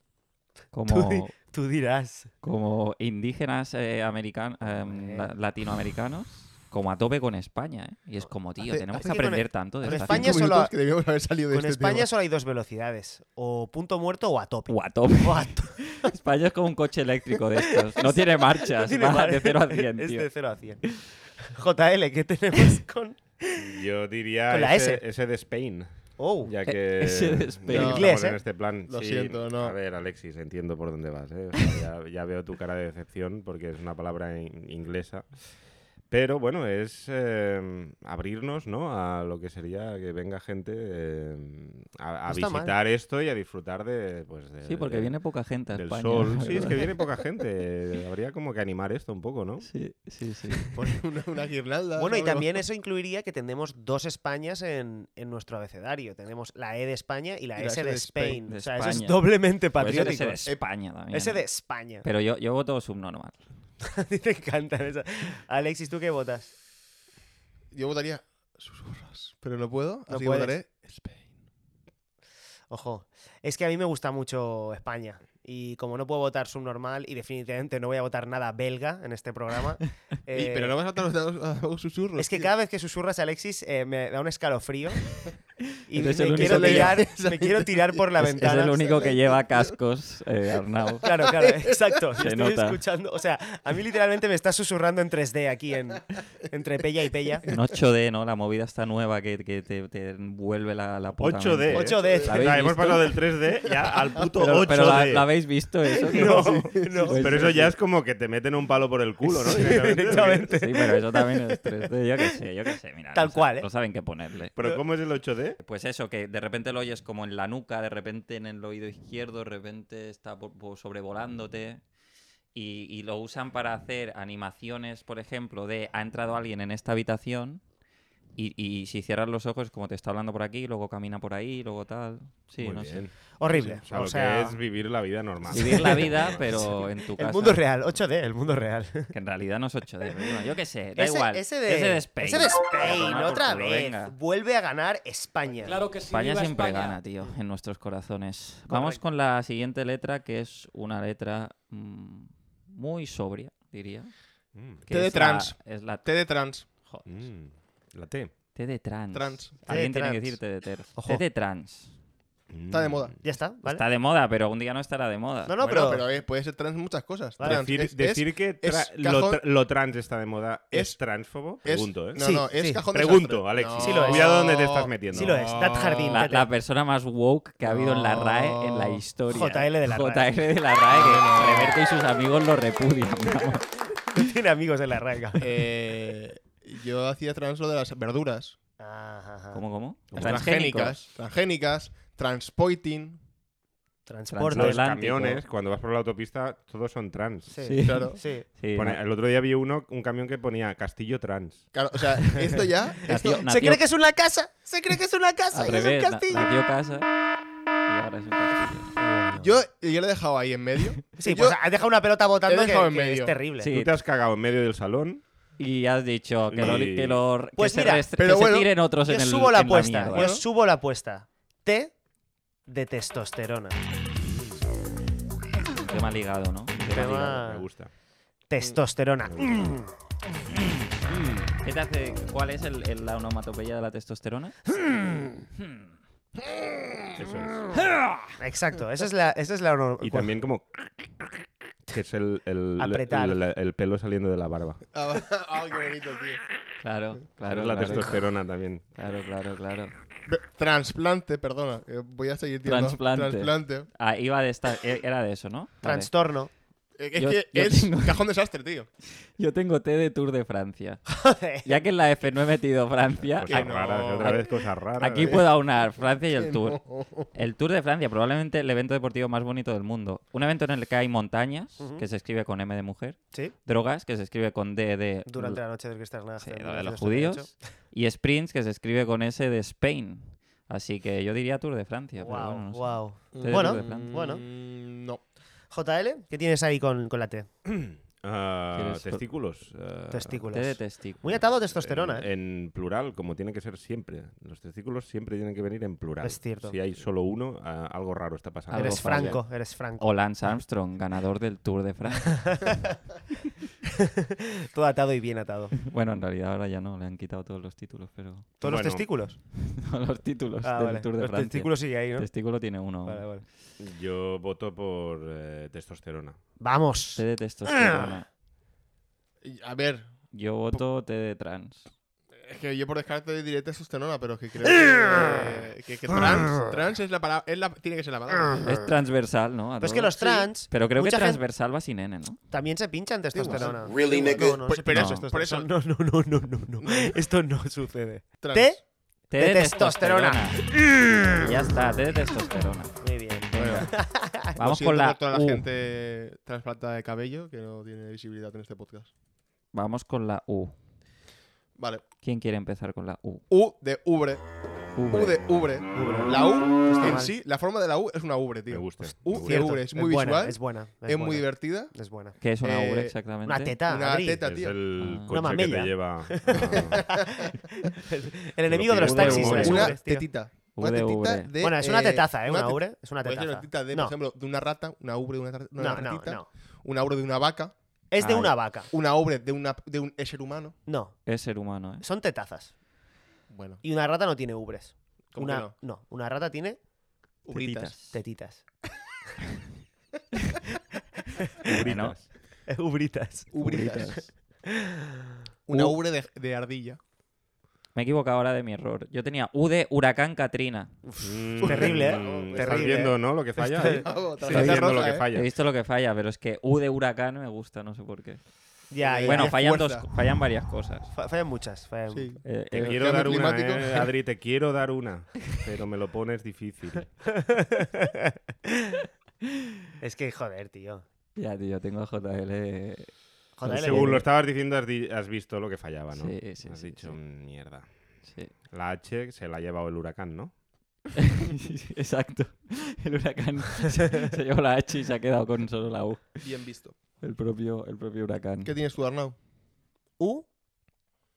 Tú, di-
Como,
tú dirás.
como indígenas eh, american- eh,
Hombre.
la- latinoamericanos, como a tope con España, ¿eh? Y es como, tío,
Hace-
tenemos
hace
que
que con E-
aprender tanto de
con
esta
España
España
gente.
solo
solo
ha-
que debíamos haber salido de
Con
este
España
tema.
solo hay dos velocidades. O punto muerto o a tope.
O a tope.
O a to-
España es como un coche eléctrico de estos. No tiene marchas.
tiene Este
va
madre.
de 0 a 100,
Es
tío.
de 0 a 100. JL, ¿qué tenemos con...?
Yo diría
Con la
ese,
S.
ese de Spain,
Oh,
ya
Eh,
que
ese de
ya
Spain.
que
Inglés,
estamos en
¿eh?
este plan.
Lo
Sí,
siento, no.
A ver, Alexis, entiendo por dónde vas. ¿eh? O sea, ya, ya veo tu cara de decepción porque es una palabra in- inglesa. Pero bueno, es eh, abrirnos ¿no? a lo que sería que venga gente eh, a, a
No está mal.
visitar esto y a disfrutar de... Pues, de-
Sí, porque
de-
viene poca gente a
del
España.
sol.
la
Sí, es que
verdad.
viene poca gente. Habría como que animar esto un poco, ¿no?
Sí, sí, sí.
Poner una, una guirnalda.
Bueno, y
algo.
también eso incluiría que tenemos dos Españas en, en nuestro abecedario. Tenemos la E de España y la, S, de Spain.
De
o sea, eso
España.
es doblemente
Puede ser
patriótico. E-
ese de España también.
Ese
¿eh?
de España.
Pero yo, yo voto subnormal.
A ti te encantan esas. Alexis, ¿tú qué votas?
Yo votaría susurros, pero no puedo,
No
así que
puedes.
votaré Spain.
Ojo, es que a mí me gusta mucho España. Y como no puedo votar subnormal y definitivamente no voy a votar nada belga en este programa.
Ey,
eh,
pero no vas a votar a susurros.
Es que
tío.
cada vez que susurras Alexis eh, me da un escalofrío y me
Eres el único
quiero,
que-
tirar, me quiero tirar por la
Es- es,
ventana.
el único que lleva cascos, eh, Arnau.
Claro, claro, exacto.
Se
Estoy
nota.
escuchando. O sea, a mí literalmente me está susurrando en 3D aquí en, entre Pella y Pella.
En 8D, ¿no? La movida está nueva que, que te, te envuelve la, la puta
8D.
mente.
8D.
¿La habéis
Ya, hemos
visto?
pasado del 3D ya al puto
Pero,
8D.
pero la, ¿la habéis visto eso?
No,
Sí,
no.
sí,
Pero
sí,
eso
sí.
ya es como que te meten un palo por el culo, ¿no? Directamente.
Directamente.
Sí, pero eso también es 3D. Yo qué sé, yo qué sé. Mira,
Tal
no sa-
cual, ¿eh?
No saben qué ponerle.
Pero ¿cómo es el 8D?
Pues eso, que de repente lo oyes como en la nuca, de repente en el oído izquierdo, de repente está po- po- sobrevolándote. Y, y lo usan para hacer animaciones, por ejemplo, de ha entrado alguien en esta habitación Y, y si cierras los ojos, como te está hablando por aquí, luego camina por ahí, luego tal. Sí,
Muy
no sé.
bien.
Horrible.
O sea,
o
lo
sea,
que es vivir la vida normal.
Vivir la vida, pero en tu casa.
el mundo real, 8D, el mundo real.
Que en realidad no es 8D. pero bueno, yo qué sé, da
ese,
igual.
Ese de,
Spain.
ese de Spain,
A tomar por
otra
culo,
vez.
venga.
Vuelve a ganar España.
Claro que sí.
España
viva
siempre
España.
gana, tío, en nuestros corazones. Vamos
Correcto.
con la siguiente letra, que es una letra mm, muy sobria, diría.
Mm,
que
T de
es la-
trans.
es la
T de trans.
mm. La T.
T de trans.
Trans.
Alguien
T de
tiene que decir
trans.
T de ter.
Ojo.
T de trans.
Está de moda.
Mm.
Ya está, ¿vale?
Está de moda, pero un día no estará de moda.
No, no,
Bueno,
pero,
pero eh, puede ser trans muchas cosas.
Vale.
Trans,
Decir,
es-
decir
es-
que tra-
es
lo,
cajón-
tra- lo trans está de moda es,
es-
transfobo.
es-
Pregunto, ¿eh?
No,
Sí,
no, es
sí.
cajón
Pregunto,
desastre.
Alexis.
No.
Sí lo es.
Cuidado dónde te estás metiendo.
sí lo es. That Jardín.
Ah.
La,
vete.
la persona más woke que ha habido en la RAE en la
No.
historia.
JL de la RAE.
JL de la RAE, que Roberto y sus amigos lo repudian. vamos.
No tiene amigos en la raiga.
Eh, yo hacía trans lo de las verduras.
Ajá, ajá.
¿Cómo, cómo?
Transgénicas. Transgénicas. Transpoiting.
Transporte.
Los
Transatlántico.
camiones, cuando vas por la autopista, todos son trans.
Sí,
Sí.
Claro.
sí.
Sí,
Pone-
no.
el otro día vi uno, un camión que ponía Castillo Trans.
Claro, o sea, esto ya.
Nació-
Esto,
nació-
Se cree que es una casa. Se cree que es una casa.
al
y es
revés, na-
un castillo.
nació casa y ahora es un castillo.
yo, yo lo he dejado ahí en medio.
sí,
yo-
pues has dejado una pelota botando
He
que,
dejado en
que es
medio.
terrible.
Sí.
Tú te has cagado en medio del salón.
Y has dicho que, lo,
Y-
que, lo- que
Pues
se,
mira,
rest- que
pero
se
bueno,
tiren otros
Yo
en el
subo la
en
apuesta. ¿eh?
mierda.
yo subo la apuesta. T de testosterona.
Tema ligado, ¿no? Tema
Tema-
ligado.
Ah.
Me gusta.
Testosterona. Mm.
¿Qué te hace- ¿Cuál es el, el- la onomatopeya de la testosterona?
Eso es.
Exacto. Esa es la. Esa es la
Y también como... Que es el, el,
Apretar.
el- el- el pelo saliendo de la barba.
Ah, ah, qué bonito, tío.
Claro, claro.
es la
claro,
testosterona también.
Claro, claro, claro.
Ve- Transplante, perdona. eh, Voy a seguir tirando.
Transplante.
Transplante.
Ah, iba de esta, e- era de eso, ¿no? Vale.
Trastorno.
Eh, Es
Yo-
que
yo
es
tengo-
cajón desastre, tío.
Yo tengo T de Tour de Francia. Ya que en la F no he metido Francia,
Cosas
que no.
raras, otra vez cosas raras.
aquí
¿eh?
puedo aunar Francia y el Tour.
No.
El Tour de Francia, probablemente el evento deportivo más bonito del mundo. Un evento en el que hay montañas,
Ujú.
que se escribe con M de mujer,
Sí.
drogas, que se escribe con D de,
Durante la noche del Cristal
sí, lo de los judíos, y sprints, que se escribe con S de Spain. Así que yo diría Tour de Francia. pero
Wow,
bueno, no sé. T de
wow.
Tour de
Bueno,
Francia.
bueno.
Mm, No.
JL, ¿qué tienes ahí con, con la T?
Ah,
¿Quieres-
testículos. ah,
Testículos.
T de testículos.
Muy atado a testosterona,
en,
¿eh?
en plural, como tiene que ser siempre. Los testículos siempre tienen que venir en plural.
Es cierto.
Si hay solo uno, ah, algo raro está pasando.
algo
Eres
falla.
franco, eres franco.
O Lance Armstrong, ganador del Tour de Francia. Oh.
Todo atado y bien atado.
bueno, en realidad ahora ya no, le han quitado todos los títulos, pero.
¿Todos los
Bueno.
testículos?
Todos los títulos
Ah,
del
vale.
Tour de
Los
Francia.
testículos sigue ahí, ¿no?
Testículo tiene uno.
Vale, vale.
Yo voto por eh, testosterona.
Vamos.
T de testosterona.
Y- A ver,
Yo voto T de trans.
es que yo por descarte diré testosterona, pero es que creo que, eh, que-
Ah.
que trans, trans es la palabra. Es la, tiene que ser la palabra.
Es transversal, ¿no? A
Pero es
todos.
que los trans
Pero creo que
mucha gente-
transversal va sin N, ¿no?
también se pinchan testosterona.
Really,
No,
nigga?
no, no
Por-
se
pero
pinchan
eso, por eso.
testosterona. No, no, no, no, no, no. Esto no sucede.
Trans.
¿T?
T
de testosterona. Mm.
testosterona. ya está, T de testosterona.
Muy bien.
Bueno,
Vamos
lo siento
con la,
por toda la
U.
gente trasplanta de cabello que no tiene visibilidad en este podcast.
Vamos con la U.
Vale.
¿Quién quiere empezar con la U?
U de ubre. U
Ubre.
de ubre. La U
Está
en
mal.
sí, la forma de la U es una ubre,
Me
tío.
gusta. me
U
gusta.
de
Cierto,
ubre es muy
buena,
visual,
es
es,
buena. Es, buena.
muy divertida.
Es buena.
¿Qué es una
Eh,
ubre exactamente?
Una teta,
Una
Adri.
teta,
Es
tío.
el
Ah.
coche que
mamella.
te lleva. a-
El enemigo de los
Ubre,
taxis.
ubre,
las
Una
ubres, tío.
tetita.
U
Una
de
tetita
ubre.
de,
Bueno, es una
eh,
tetaza, ¿eh? Una
te-
ubre. Es una
puede ser
tetaza.
una tetita de,
No,
por ejemplo, de una rata, una ubre de una, tar- una
no, no,
ratita,
no.
una ubre de una vaca,
Es de
Ay.
una vaca.
una ubre de, una, de un ser humano.
No,
Es ser humano, ¿eh?
son tetazas.
Bueno,
Y una rata no tiene ubres.
¿Cómo
Una-
que no?
una rata tiene
ubritas.
tetitas.
Tetitas. Bueno,
Ubritas.
Ubritas.
ubritas.
Una
U.
ubre de, de ardilla.
Me he equivocado ahora de mi error. Yo tenía U de huracán Katrina.
Mm,
Terrible, ¿eh?
mm, Estás
Terrible,
viendo,
¿eh?
¿no? Lo que falla.
Está-
ahí?
Otra
Estás
tarjeta
viendo lo
roja,
que
¿eh?
He
falla.
visto lo que falla, pero es que U de huracán me gusta, no sé por qué.
Ya, ya,
bueno,
ya.
fallan, dos,
fuerza.
fallan varias cosas.
Fa- fallan muchas. fallan-
Sí.
Eh,
Te
eh,
quiero
cambio
dar una,
climático.
eh, Adri, te quiero dar una. Pero me lo pones difícil.
Es que, joder, tío.
ya, tío, tengo JL.
Joder,
Según
el-
lo estabas diciendo, has, di- has visto lo que fallaba, ¿no?
Sí, sí,
Has
sí,
dicho
sí.
"Mm, mierda.
Sí.
La H se la ha llevado el huracán, ¿no?
Exacto. El huracán se, se llevó la H y se ha quedado con solo la U.
Bien visto.
El propio, el propio huracán.
¿Qué tienes tú, Arnau?
U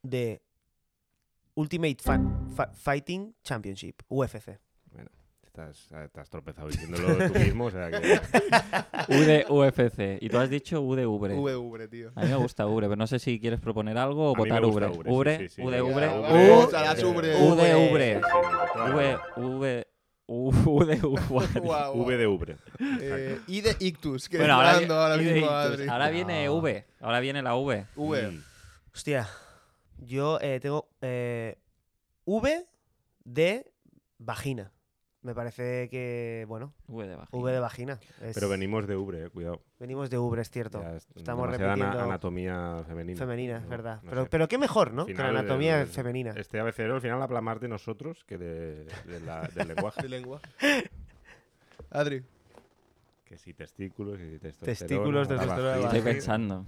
de Ultimate Fa- Fa- Fighting Championship, UFC.
Estás, estás tropezado diciéndolo tú mismo, o sea que...
U de UFC. Y tú has dicho U de Ubre.
VV, tío.
A mí me gusta Ubre, pero no sé si quieres proponer algo o
A mí me
votar
gusta
Ubre.
Ubre,
Ubre,
sí, sí, sí.
U de
Venga,
Ubre.
Ubre.
U,
Vamos a las Ubre.
U de
Ubre.
Ubre.
V,
V, V, U, U de Ubre.
Guau, guau.
v de Ubre.
Eh, y de Ictus, que
Bueno,
está
ahora, vi-
dando ahora
y de
mismo
Ictus.
Adri.
Ahora viene
Ah.
V. Ahora viene la V.
V.
Mm.
Hostia, yo eh, tengo eh, V de vagina. Me parece que, bueno,
V de bajo.
V de vagina. es-
Pero venimos de Ubre, eh, cuidado.
venimos de Ubre, es cierto.
Ya es
Estamos
demasiada ana-
repitiendo
anatomía femenina.
Femenina, es
No,
verdad.
no
pero,
sé.
pero qué mejor, ¿no? que
Final
la anatomía
del-
femenina.
Este abecero al final habla más de nosotros que de, de la- del lenguaje.
De lengua. Adri,
que si testículos, que si testosterona.
Testículos,
la
testosterona,
vagina.
Estoy pensando.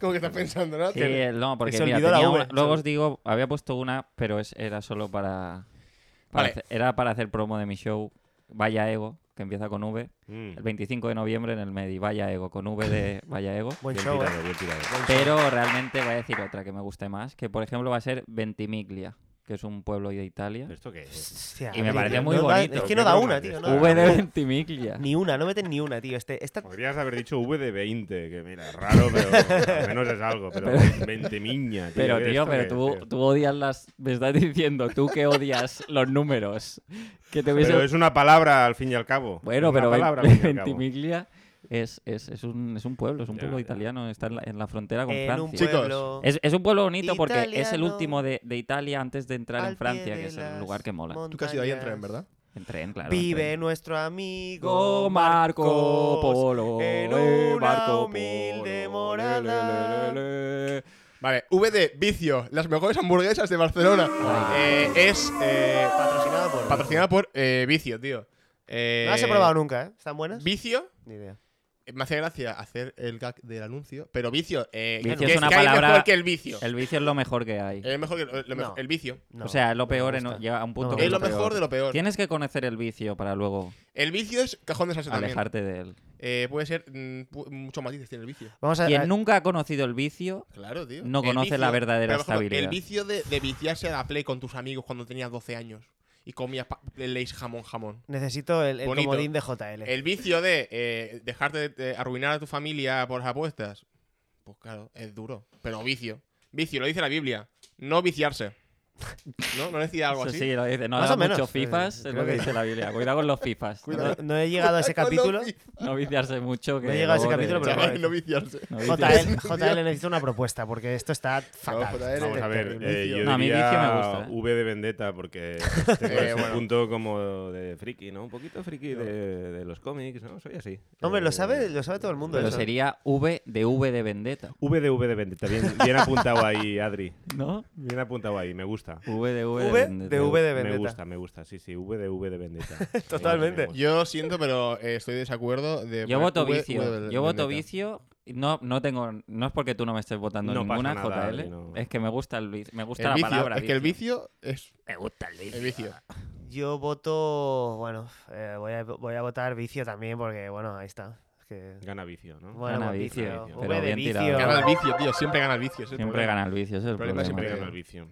¿cómo que estás pensando, no?
Sí,
Que-
no, porque
se
mira,
olvidó la
tenía
V.
una- luego os digo, había puesto una, pero es- era solo para, para
Vale.
hacer- era para hacer promo de mi show Vaya Ego, que empieza con V,
Mm.
el 25 de noviembre en el Medi, Vaya Ego, con V de Vaya Ego.
Buen
Bien
show, ¿eh?
tirado, bien tirado.
Pero realmente voy a decir otra que me guste más, que por ejemplo va a ser Ventimiglia, que es un pueblo de Italia.
¿Esto qué es?
Hostia,
Y me
Adri,
parecía
no
muy
da-
bonito.
Es que
Qué
no da
broma,
una, tío. no
tío.
da
V de
una.
Ventimiglia.
Ni una, no meten ni una, tío. Este, esta,
Podrías haber dicho V de 20, que mira, es raro, pero al menos es algo. Pero, 20 miña, tío.
Pero
¿esto
tío,
qué
pero
es,
tú,
tío?
tú odias las... Me estás diciendo, tú que odias los números. Que te hubiese
Pero es una palabra al fin y al cabo.
Bueno,
Es una
pero Ven-
palabra, al fin y al cabo.
Ventimiglia es, es, es un, es un pueblo, es un
Ya,
pueblo
ya.
italiano, está en la, en la frontera con
en un
Francia.
Chicos,
pueblo
Es, es un pueblo bonito porque es el
Italiano,
último de, de Italia antes de entrar
al
en Francia,
pie
que
de
es el
las
lugar que mola.
Tú que has ido ahí en tren,
montañas.
¿verdad?
En tren, claro. en
Vive
tren.
nuestro amigo
Go Marco
Marcos
Polo,
en
eh,
una
Marco
humilde
Polo,
morada.
le, le, le, le.
Vale, V de Vicio, las mejores hamburguesas de Barcelona. Eh, es eh,
Patrocinado por.
patrocinada por eh, Vicio, tío. Eh,
No las he probado nunca, ¿eh? ¿Están buenas?
Vicio,
Ni idea.
eh, me hace gracia hacer el gag del anuncio, pero Vicio, eh,
Vicio
que
es
es
una
que hay
palabra-
mejor que el vicio.
El vicio es lo mejor que hay.
Es mejor que lo- lo mejor-
No.
el vicio.
Eh, No,
o sea, es lo
no me
peor, en-
gusta.
llega a un punto
No,
que
es lo mejor de lo peor.
Tienes que conocer el vicio para luego
El vicio es cajón desastre también.
alejarte de él.
Eh, puede ser mm, pu- muchos matices tiene el vicio.
Vamos a.
Quien nunca ha conocido el vicio,
Claro, tío.
No
El
conoce la verdadera
pero, por ejemplo,
estabilidad.
El vicio de, de viciarse a la play con tus amigos cuando tenías 12 años y comías pa- leis jamón jamón.
Necesito el, el
Bonito.
comodín de JL.
El vicio de eh, dejarte de- de arruinar a tu familia por las apuestas. Pues claro, es duro. Pero vicio. Vicio, lo dice la Biblia. No viciarse. ¿No? ¿No decía algo
Eso
así?
sí, lo dice. No
Más
da
o menos,
mucho
sí,
fifas, es
creo
lo que
que-
dice la Biblia. Cuidado con los fifas.
No,
No,
no he llegado a ese capítulo.
no viciarse mucho. Que
No he llegado a ese
luego
capítulo, pero
Chaval,
bueno.
no viciarse.
no viciarse.
JL, JL necesita una propuesta porque esto está fatal.
JL,
Vamos a ver,
Terrible.
eh, yo
No, a mí
diría
vicio me gusta, eh.
V de Vendetta porque pues, tengo
Eh,
ese
bueno.
punto como de friki, ¿no? Un poquito friki de, de los cómics, ¿no? Soy así.
Hombre, lo
Eh,
sabe, lo sabe todo el mundo.
Pero
eso.
sería V de V de Vendetta,
V de V de Vendetta, bien, bien apuntado ahí, Adri.
¿no?
Bien apuntado ahí, me gusta.
V de V,
V
de
de V de Vendetta.
Me gusta, me gusta, sí, sí, V de V de Vendetta. Eh,
Totalmente.
Me gusta.
Yo siento, pero eh, estoy de desacuerdo. De
Pues Yo
poner
voto
V-
vicio.
V de-
yo voto
vendetta.
vicio. No, no tengo. No es porque tú no me estés votando
No pasa
ninguna,
nada,
JL.
Adri, no.
Es que me gusta el vicio. Me gusta
El
la
vicio,
palabra.
es que el vicio es
Me gusta el vicio.
el vicio.
Yo voto. Bueno, eh, voy, a, voy a votar vicio también porque, bueno, ahí está. Es que-
Gana vicio, ¿no?
Bueno,
Gana
pues
vicio,
vicio.
pero
V de
bien
vicio.
tirado.
Gana el vicio, tío. Siempre gana el vicio. ese es el
Siempre
problema.
gana el vicio. Ese es el
problema
problema.
siempre
Siempre
Venga.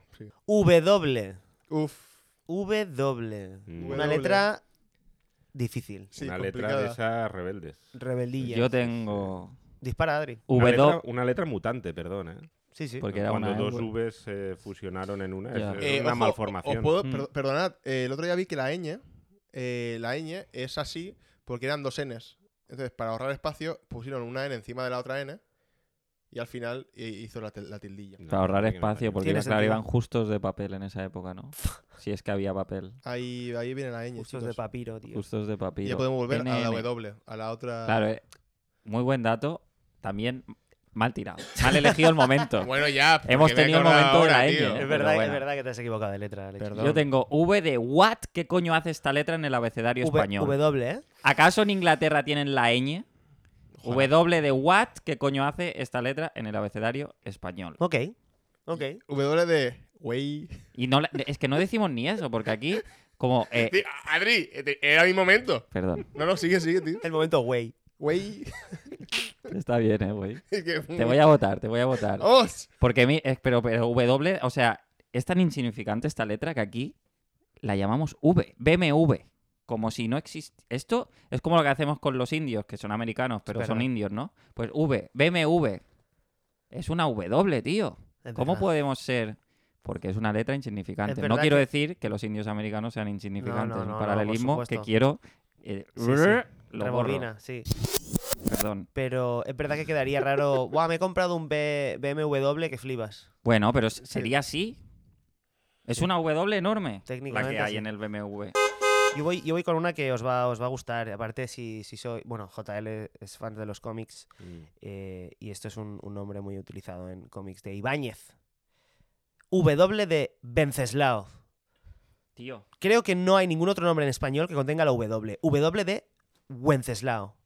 gana el vicio.
W.
Uf.
W. doble.
Mm.
Una
W.
letra difícil.
Sí,
Una letra
complicada.
de esas rebeldes.
Rebeldilla.
Yo tengo
Dispara, Adri.
Una
V
letra,
do-
una letra mutante, perdón, ¿eh?
Sí, sí.
Porque era
Cuando
una
dos
M.
Vs se fusionaron en una, es-
Ya.
es,
Eh,
una
ojo,
malformación.
os puedo-
Mm.
perdo- perdonad, eh, el otro día vi que la ñ, eh, la ñ es así porque eran dos n's. Entonces, para ahorrar espacio, pusieron una n encima de la otra n y al final eh, hizo la, til- la tildilla.
No,
Para ahorrar
no tiene
espacio, porque
Tiene
iba- claro,
sentido.
iban justos de papel en esa época, ¿no? si es que había papel.
Ahí, ahí viene la ñ.
Justos
chicos.
de papiro, tío.
Justos de papel.
Y ya podemos volver a la W, a la otra.
Claro, eh, muy buen dato. También mal tirado. Mal elegido el momento.
Bueno, ya. porque
Hemos
me he
tenido un
acordado
momento
ahora,
de la
tío.
ñ,
Es
Pero
verdad, es
bueno.
verdad que te has equivocado de letra, Alex.
Perdón.
Yo tengo V de what. ¿Qué coño hace esta letra en el abecedario
V-
español?
W, ¿eh?
¿Acaso en Inglaterra tienen la ñ?
Ojalá.
W de what. ¿Qué coño hace esta letra en el abecedario español?
Ok. Ok.
W de Güey.
Y no, la- es que no decimos ni eso, porque aquí, como. eh,
Tío, Adri, eh, era mi momento.
perdón,
No, no, sigue, sigue, tío.
El momento, güey.
Güey.
está bien, ¿eh, güey?
Es que-
Te voy a votar, te voy a votar.
Oh.
¡Vamos!
Porque mi, eh, pero, pero W, o sea, es tan insignificante esta letra que aquí la llamamos V, BMW. Como si no existe. Esto es como lo que hacemos con los indios, que son americanos, pero
verdad.
son indios, ¿no? Pues V, BMW. Es una W, tío.
Es
¿Cómo
verdad.
podemos ser? Porque es una letra insignificante.
Es
No
verdad
quiero
que-
decir que los indios americanos sean insignificantes. es
no, no,
un
por
paralelismo que
supuesto.
quiero. eh,
Sí, sí.
lo borro.
Rebobina, sí.
Perdón.
Pero es verdad que quedaría raro. Buah, me he comprado un B- BMW que flipas.
Bueno, pero s- sería así. Es una W enorme. La
Técnicamente
que hay
sí.
en el BMW.
Yo voy, yo voy con una que os va, os va a gustar. Aparte, si, si soy. Bueno, JL es fan de los cómics. eh, y esto es un, un nombre muy utilizado en cómics de Ibáñez. W de Venceslao.
Tío.
Creo que no hay ningún otro nombre en español que contenga la W. W de Wenceslao.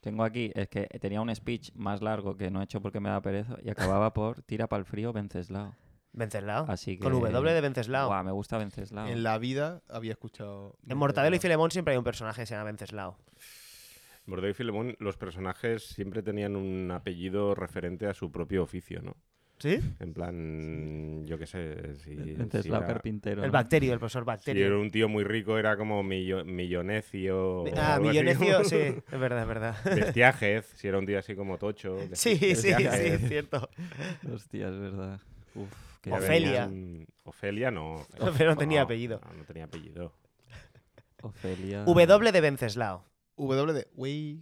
Tengo aquí, es que tenía un speech más largo que no he hecho porque me da pereza y acababa por tira pa'l frío Venceslao.
Venceslao.
Así que.
Con W de Venceslao.
Guau, me gusta Venceslao.
En la vida había escuchado.
En Mortadelo y Filemón siempre hay un personaje que se llama Venceslao.
Mordoy y Filemón, los personajes siempre tenían un apellido referente a su propio oficio, ¿no?
¿Sí?
En plan, yo qué sé, si, si
Venceslao
era,
Carpintero.
El
¿no?
Bacterio, el profesor
si era
Bacterio. Ah,
un tío muy rico era como millo- millonecio. o
ah,
algo así.
Millonecio, sí. Es verdad, es verdad.
Bestiájez, si era un tío así como tocho.
Sí, sí, sí,
Bestiájez.
es cierto.
Hostia, es verdad. Uf, qué
Ya
Ofelia.
venían- Ofelia no.
Pero no tenía apellido.
No, no tenía apellido.
Ofelia.
W de Venceslao.
W de güey.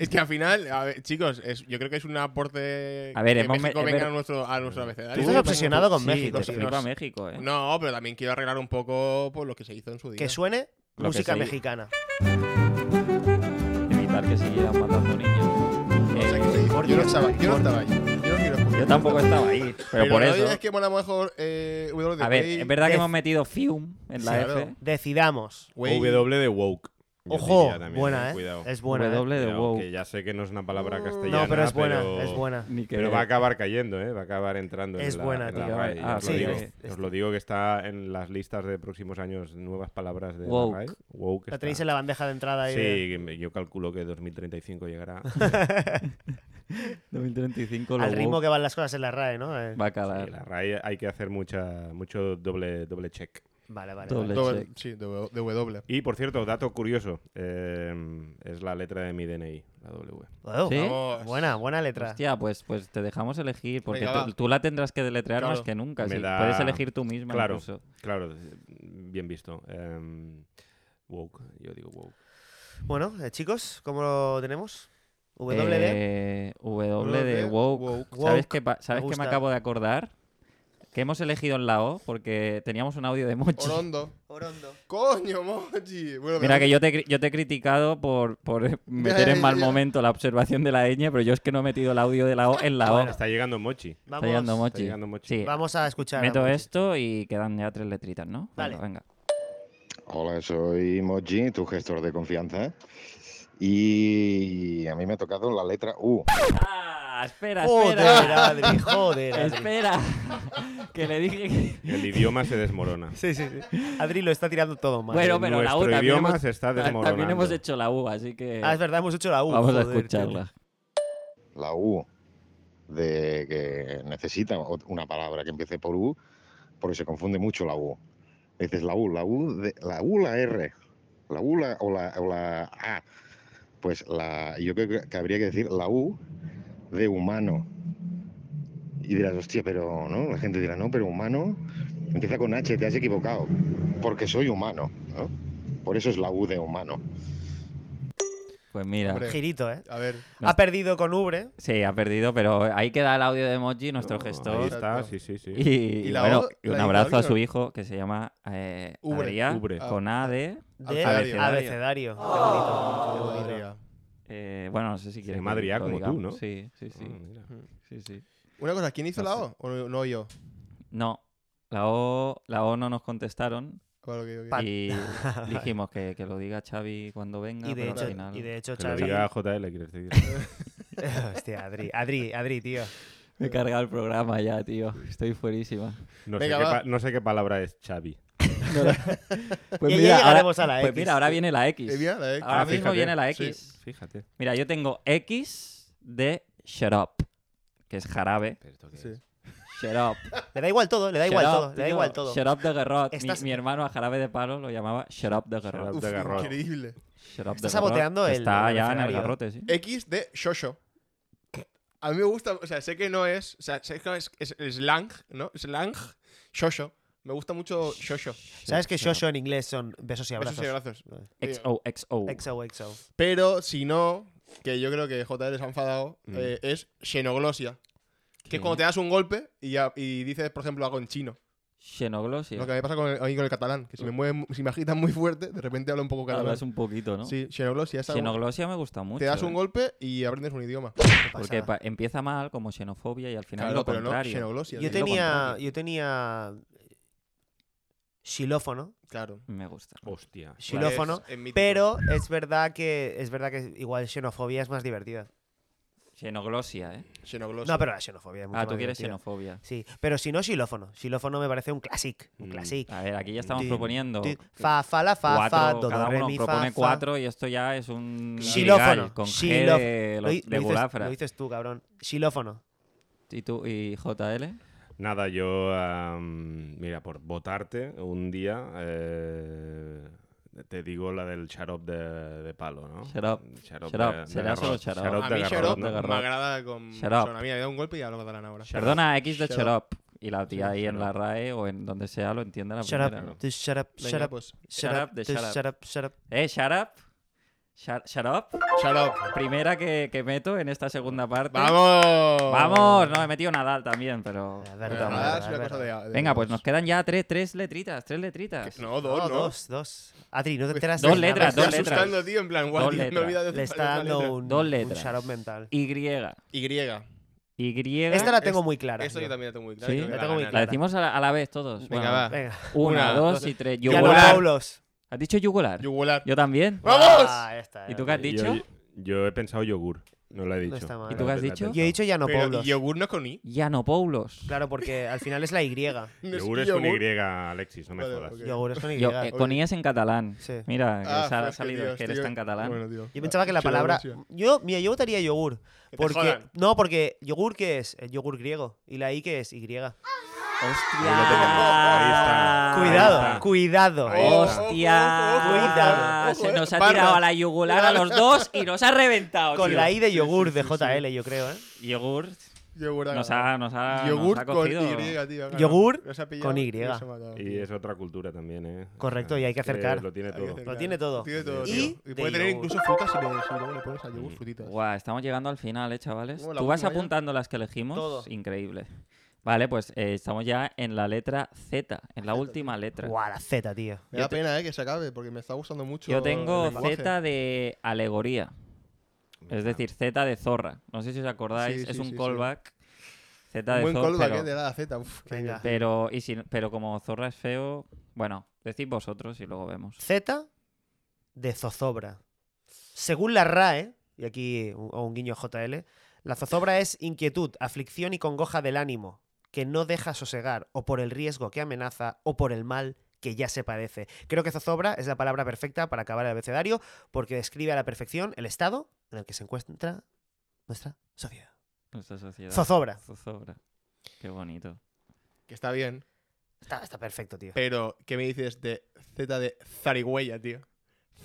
Es que al final, a ver, chicos, es- yo creo que es un aporte
A ver,
que
hemos me-
México
a
venga
ver.
a nuestro, a nuestro abecedario.
Tú estás obsesionado con
Sí,
México,
te
sí.
flipa
Nos-
México, eh.
No, pero también quiero arreglar un poco
pues,
por lo que se hizo en su día.
Que suene
Lo que
música
se-
mexicana.
Evitar que siguieran matando niños.
O sea
Eh,
que te digo,
por
yo no
Dios,
estaba, yo no
por-
estaba ahí. Yo no quiero escuchar.
yo tampoco estaba ahí, pero,
Pero
por
no
eso.
digas que mola mejor eh, W de
A ver,
güey.
es verdad que
Def-
hemos metido Fium en la
Sí,
F.
claro.
Decidamos.
Güey.
W de woke. yo
Ojo,
diría también,
buena, ¿eh?
Cuidado.
Es buena. ¿eh?
W de
Cuidado,
wow.
que ya sé que no es una palabra
No,
castellana.
No, pero es buena,
pero-
es buena.
Ni que-
Pero va a acabar cayendo, ¿eh? Va a acabar entrando
Es
en la,
buena, eh.
en la
tío.
RAE,
Ah,
ya os,
sí,
lo digo.
es-
es-
Os lo digo que está en las listas de próximos años nuevas palabras de
Woke.
la RAE. Woke
La
está.
tenéis en la eh. bandeja de entrada ahí. de-
Sí, me- yo calculo que 2035 llegará.
2035 lo
Al
wow
ritmo que van las cosas en la RAE, ¿no? Eh,
va a
Sí,
acabar.
la RAE hay que hacer mucha, mucho doble, doble check.
Vale, vale.
Doble.
vale.
Doble-
check.
sí, de W- de W.
Y por cierto, dato curioso, eh, es la letra de mi DNI, la W.
Wow,
¿Sí?
Vamos.
Buena, buena letra.
Hostia, pues, pues te dejamos elegir, porque
Venga,
tú,
va.
tú la tendrás que deletrear más
Claro.
que nunca.
Me
sí.
da-
Puedes elegir tú misma.
Claro.
incluso.
Claro, bien visto. Eh, woke, yo digo woke.
Bueno, eh, chicos, ¿cómo lo tenemos? WD.
Eh, W de
W,
woke.
woke.
¿Sabes,
Woke,
qué, pa- ¿sabes qué me
gusta.
acabo de acordar? Que hemos elegido en la O porque teníamos un audio de Mochi.
Orondo.
Orondo.
Coño, mochi. Bueno,
Mira que yo te, cri- yo te he criticado por, por meter
Ya,
en mal
ya, ya.
momento la observación de la ñ, pero yo es que no he metido el audio de la O en la O.
Bueno,
Está
Está llegando Mochi.
Vamos,
llegando
Está
Mochi.
llegando Mochi.
Sí,
vamos a escuchar.
meto
a-
esto y quedan ya tres letritas, ¿no?
Vale.
Venga, venga.
Hola, soy Moji, tu gestor de confianza. Y a mí me ha tocado la letra U.
Ah, espera,
Joder,
espera.
Adri, joder. Adri.
Espera, que le dije que...
El idioma se desmorona.
Sí, sí, sí. Adri lo está tirando todo mal.
Bueno, pero la U
Nuestro
también
idioma
hemos-
se está
ta- También
desmoronando.
hemos hecho la U, así que
Ah, es verdad, hemos hecho la U.
vamos a
joder,
escucharla.
La U de que necesita ot- una palabra que empiece por U, porque se confunde mucho la U. Dices la U, la U, de- la U, la R, la U la, o, la, o la A. Pues la, yo creo que- que habría que decir la U de humano. Y dirás, hostia, pero no, la gente dirá, no, pero humano empieza con H, te has equivocado, porque soy humano, ¿no? Por eso es la U de humano.
Pues mira,
tío.
Hombre.
Girito, ¿eh?
A ver.
No.
Ha perdido con Ubre.
sí, ha perdido, pero ahí queda el audio de Emoji, nuestro
No, Ahí
gestor.
está, sí, sí, sí.
Y,
¿Y la
bueno,
O?
y un
¿La
abrazo a
Ignavio?
su hijo que se llama eh,
Ubre,
Adrián,
Ubre.
con A de...
De
Abecedario.
abecedario. Qué bonito. Qué bonito.
eh, bueno, no sé si quieres
llama
que
Adrián
lo
como
digamos.
tú, ¿no?
Sí, sí, sí,
Ah, mira.
sí, sí.
Una cosa, ¿quién hizo
No
la
sé.
O? ¿O no, no yo?
No, la O, la o no nos contestaron
Claro, que- que-
Pa-
y dijimos que, que lo diga Xavi cuando venga,
Y de
pero
hecho,
al final...
y de hecho
Que lo
Xavi-
diga JL, quieres decir.
Hostia, Adri, Adri, Adri, tío.
Me he cargado el programa ya, tío. Estoy fuerísima.
No,
Venga,
sé qué
va.
pa- no sé qué palabra es Xavi.
Pues
Y ya
ahora,
llegaremos a la
pues
X.
mira, ahora viene la X.
Eh, mira, la X.
Ahora
Ah,
mismo
fíjate.
viene la
Sí.
X.
Fíjate.
Mira, yo tengo X de shut up, que es jarabe.
Sí.
Shut up.
Le da igual todo, le da
Shut
igual
up,
todo, le da
tío.
igual todo.
Shut up de Guerrot. Mi-
Estás-
Mi, hermano a jarabe de palo lo llamaba shut up de Guerrot.
Shut
Uf,
de Garrot.
increíble.
Shut up de
Está
Guerrot.
saboteando el-
Está
el
ya en el
escenario.
garrote, sí.
X de Shosho. A mí me gusta, o sea, sé que no es, o sea, sé que es, es el slang, ¿no? Slang, Shosho. Me gusta mucho Shosho.
¿Sabes que Shosho en inglés son besos y abrazos?
Besos y abrazos.
XO, XO.
XO, XO.
Pero si no, que yo creo que JR se ha enfadado,
Mm.
eh, es xenoglosia. Que es cuando te das un golpe y, ya- y dices, por ejemplo, algo en chino.
Xenoglosia.
Lo que me pasa con el, a mí con el catalán, que si me mueve, si me agitan muy fuerte, de repente hablo un poco catalán.
Hablas un poquito, ¿no?
Sí, xenoglosia. es algo-
Xenoglosia me gusta mucho.
te das un
¿eh?
golpe y aprendes un idioma.
Porque pa- empieza mal como xenofobia y al final
Claro,
lo
pero no
contrario.
xenoglosia.
Yo
tío.
tenía,
contrario.
yo tenía xilófono,
Claro.
me gusta.
Hostia.
xilófono,
Es- es mítico.
pero es verdad que es verdad que igual xenofobia es más divertida.
Xenoglosia, ¿eh?
Xenoglosia.
No, pero la xenofobia es mucho
Ah,
más
tú quieres
divertida.
xenofobia.
Sí, pero si no xilófono, xilófono me parece un classic, un
Mm.
classic.
A ver, aquí ya estamos
Tin,
proponiendo
Ti- Fa, fa, la, fa,
cuatro,
fa, do, do,
cada
re,
uno
mi, fa,
propone
fa.
cuatro y esto ya es un
Xilófono,
ilegal, con G
xilóf-
de,
Lo,
de
hi-
Ah,
lo dices,
Gulafra.
lo dices tú, cabrón. Xilófono.
¿Y tú y JL?
Nada, yo. am, mira, por votarte un día. eh, te digo la del charop de, de palo, ¿no?
Shut up.
Charop.
Shut up.
de- de
Será
Garrot.
solo shut up.
Charop
A
de
mí
Garrot,
Xerop
¿no?
me
Garrot.
agrada con
Shut up.
son. A mí me da un golpe y hablo catalán ahora.
Perdona, X de
Shut
shut
up.
up. Y la tía ahí en la RAE o en donde sea lo entienda la
Shut
primera.
up, tú shut up,
Venga,
shut up,
pues.
shut
Shut
up,
up, de
tú
shut up.
shut up, shut up.
¿Eh? ¿Shut up? Shut, shut up.
Shut up.
Primera que, que meto en esta segunda parte.
¡Vamos!
¡Vamos! No, he metido Nadal también, pero...
Es
Pero
verdad,
nada,
verdad,
es una
verdad.
cosa de- de-
Venga, pues nos quedan ya tres, tres letritas, tres letritas.
Que- No, dos,
No,
no.
dos,
Pues,
dos. Adri, no te enteras
Dos
de nada.
letras,
Me
dos
estoy
letras.
asustando, tío, en plan,
Dos
guau, tío, me he
letras.
olvidado de
Le
hacer
está
la
dando
letra.
un,
Dos
un
letras.
shut up mental.
Y.
Y.
Y.
Esta la tengo
Es-
muy clara.
Esto
tío.
yo también la tengo muy claro.
Sí,
creo
la
que va a
tengo muy
ganar.
La
clara.
decimos a la, a la vez todos.
Venga,
Bueno,
va.
Venga.
Una,
Una,
dos
dos.
y tres.
Ya no,
Yugular.
Paulos.
¿Has dicho yugular?
Yugular.
Yo también.
¡Vamos!
Ah, ya está,
¿Y
ya
tú
está.
qué has
Y
dicho?
Yo, yo he pensado yogur. No lo he dicho.
está mal.
¿Y tú qué has
La he
dicho?
pensado.
Yo he dicho ya no
Pero
Paulos.
yogur no es con I.
Yanopoulos.
Claro, porque al final es la Y.
No es
Yogur es con
yogur.
Y, Alexis, no me
Vale,
jodas.
ok.
Yogur es con Y.
Yo, eh, con I es en catalán.
Sí. pues,
Mira, que
Ah,
se ha
pero es que,
salido
tío,
que
estoy-
eres tan catalán.
Bueno, tío.
Yo pensaba que la
Xenoglosia.
palabra. Yo, mira, yo votaría yogur.
te
Porque,
jodan.
no, porque yogur qué es? El yogur griego. Y la I qué es? Y.
¡Hostia!
Ahí está. Ah, Ahí
Cuidado,
está.
cuidado.
Ahí está.
¡Hostia! Ah,
Ojo, ojo, ojo, ojo, eh,
Se nos ha
Barra.
tirado a la yugular a los dos y nos ha reventado.
Con
tío.
la I de yogur de JL, yo creo, ¿eh?
Yogur
Yogur ha
nos
ganado.
ha, Ah, nos ha,
Yogur
nos ha
con Y,
cogido.
tío. ha ganado.
Yogur
Nos ha pillado
con Y.
nos ha matado,
Y
tío.
es otra cultura también, ¿eh?
Correcto, y hay que
Es
acercar.
Lo tiene
Hay que
todo.
acercar.
tiene todo.
Tiene todo,
Y
tío. Y
de
puede tener
yogur.
incluso frutas si le, si luego le pones a yogur frutitas.
Guau, estamos llegando al final, ¿eh, chavales?
Bueno, la
Tú vas
última ya.
apuntando las que elegimos.
Todo.
Increíble. Vale, pues eh, estamos ya en la letra Z, en la última letra.
Guau, la Z, tío.
Me da pena, eh, que se acabe, porque me está gustando mucho.
Yo
el
tengo
lenguaje.
Z de alegoría. Es decir, Z de zorra. No sé si os acordáis,
Sí,
es
sí,
un
sí, sí.
callback. Z
Un
de
buen
zorra.
callback
pero-
eh, de la Z. Uf, qué
Venga.
divertido.
Pero, y si, pero como zorra es feo, bueno, decid vosotros y luego vemos.
Z de zozobra. Según la RAE, y aquí un, o un guiño JL, la zozobra es inquietud, aflicción y congoja del ánimo, que no deja sosegar, o por el riesgo que amenaza, o por el mal que ya se padece. Creo que zozobra es la palabra perfecta para acabar el abecedario, porque describe a la perfección el estado en el que se encuentra nuestra sociedad.
Nuestra sociedad.
Zozobra.
Zozobra. Qué bonito.
Que está bien.
Está, está perfecto, tío.
Pero, ¿qué me dices de Z de zarigüeya, tío?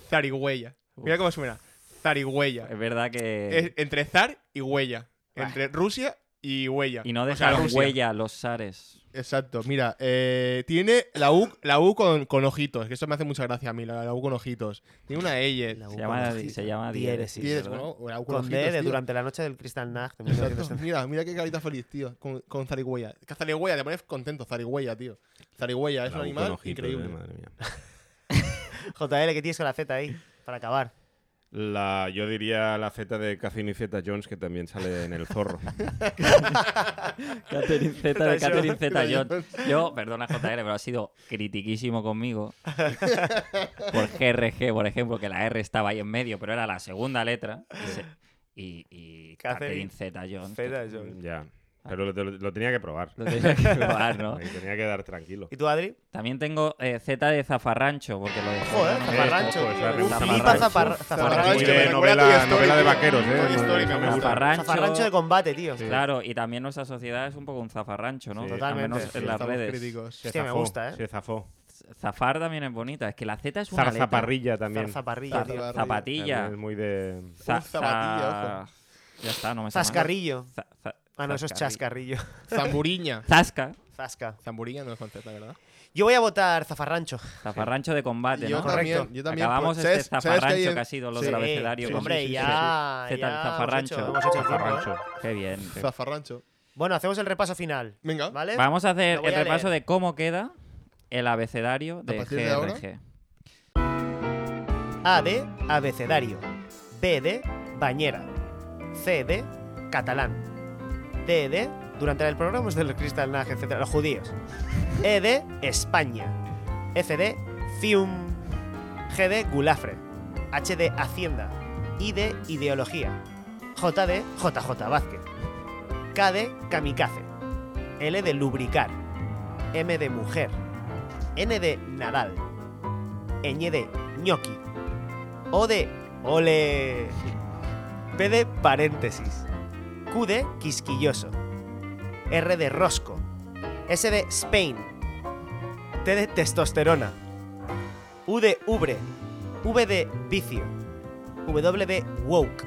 Zarigüeya. Mira
Uf. Eh,
cómo suena. Zarigüeya.
Es verdad que.
Es entre zar y huella.
Bah.
Entre Rusia y huella.
Y no
O sea,
dejaron
Rusia.
huella los zares.
Exacto. Mira, eh, tiene la U, la U con, con ojitos, que eso me hace mucha gracia a mí, la, la U con ojitos. Tiene una L.
La
Se
U
llama,
con
se llama diéresis.
diéresis,
Tienes,
¿verdad?
¿no? La U con,
Con
ojitos,
D de
tío.
durante la noche del Kristallnacht de
Exacto.
1960.
Mira, mira qué carita feliz, tío, con, con zarigüeya. Que zarigüeya, te pones contento, zarigüeya, tío. Zarigüeya es un
La U con
animal
ojitos,
increíble.
eh, madre mía.
JL, ¿qué tienes con la Z ahí? Para acabar.
La, yo diría la Z de Catherine Zeta Jones, que también sale en el zorro.
Catherine Zeta de
Zeta
Catherine Zeta
Jones.
Jones. Yo, perdona JR, pero ha sido critiquísimo conmigo. Por GRG, por ejemplo, que la R estaba ahí en medio, pero era la segunda letra. Y, se- y, y Catherine
Catherine
Zeta Jones.
Zeta Jones.
ya. Pero lo, lo- lo tenía que probar.
Lo tenía que probar, ¿no?
Me tenía que dar tranquilo.
¿Y tú, Adri?
También tengo eh, Z de zafarrancho, porque lo dejé.
Joder, zafarrancho.
ojo,
tío,
es
me
zafarrancho.
flipa zapar- zafarrancho.
Muy
que me
de
recuerda a Toy
novela,
Story,
novela de
tío.
vaqueros, ¿eh?
Toy Story, que me gusta.
Zafarrancho.
Zafarrancho de combate, tío.
Claro, y también nuestra sociedad es un poco un zafarrancho, ¿no?
Sí,
Al
totalmente.
menos
Sí,
en las
Estamos
redes.
críticos.
Se
Hostia, me
zafó,
gusta, ¿eh?
Se zafó.
Zafar también es bonita. Es que la Z es una letra.
Zarzaparrilla también.
Zarzaparrilla, tío.
Zarzaparrilla.
Zapatilla.
También Es muy de...
Za-
zapatilla,
za- Ya está, no me sale.
Zascarrillo.
Za- za-
Ah, no, eso es
zascarri-
chascarrillo.
Zamburiña.
Zasca.
Zasca.
Zamburiña no es concepto, ¿verdad?
Yo voy a votar zafarrancho.
Zafarrancho de combate,
yo,
¿no?
Correcto.
también, yo también.
Acabamos
pues,
este
¿sabes- sabes que hay
zafarrancho
en-
que ha sido lo
Sí,
del abecedario.
sí,
con-
Hombre,
sí, sí,
ya.
sí. ¿Qué
ya
tal,
hemos
zafarrancho?
hecho- hemos hecho el tiempo,
Zafarrancho.
¿eh?
Qué bien. qué-
Zafarrancho.
Bueno, hacemos el repaso final.
Venga.
¿Vale?
Vamos a hacer
Lo voy
el
a
repaso
leer.
de cómo queda el abecedario de
partir de ahora?
GRG.
A de abecedario. B de bañera. C de catalán. D de durante el programa es del cristalnaje, etcétera, los judíos. E de España. F de Fium. G de Gulafre. H de Hacienda. I de Ideología. J de JJ Vázquez. K de Kamikaze. L de Lubricar. M de Mujer. N de Nadal. Ñ de Ñoqui. O de Ole. P de paréntesis. Q de quisquilloso. R de rosco. S de Spain. T de testosterona. U de ubre. V de vicio. W de woke.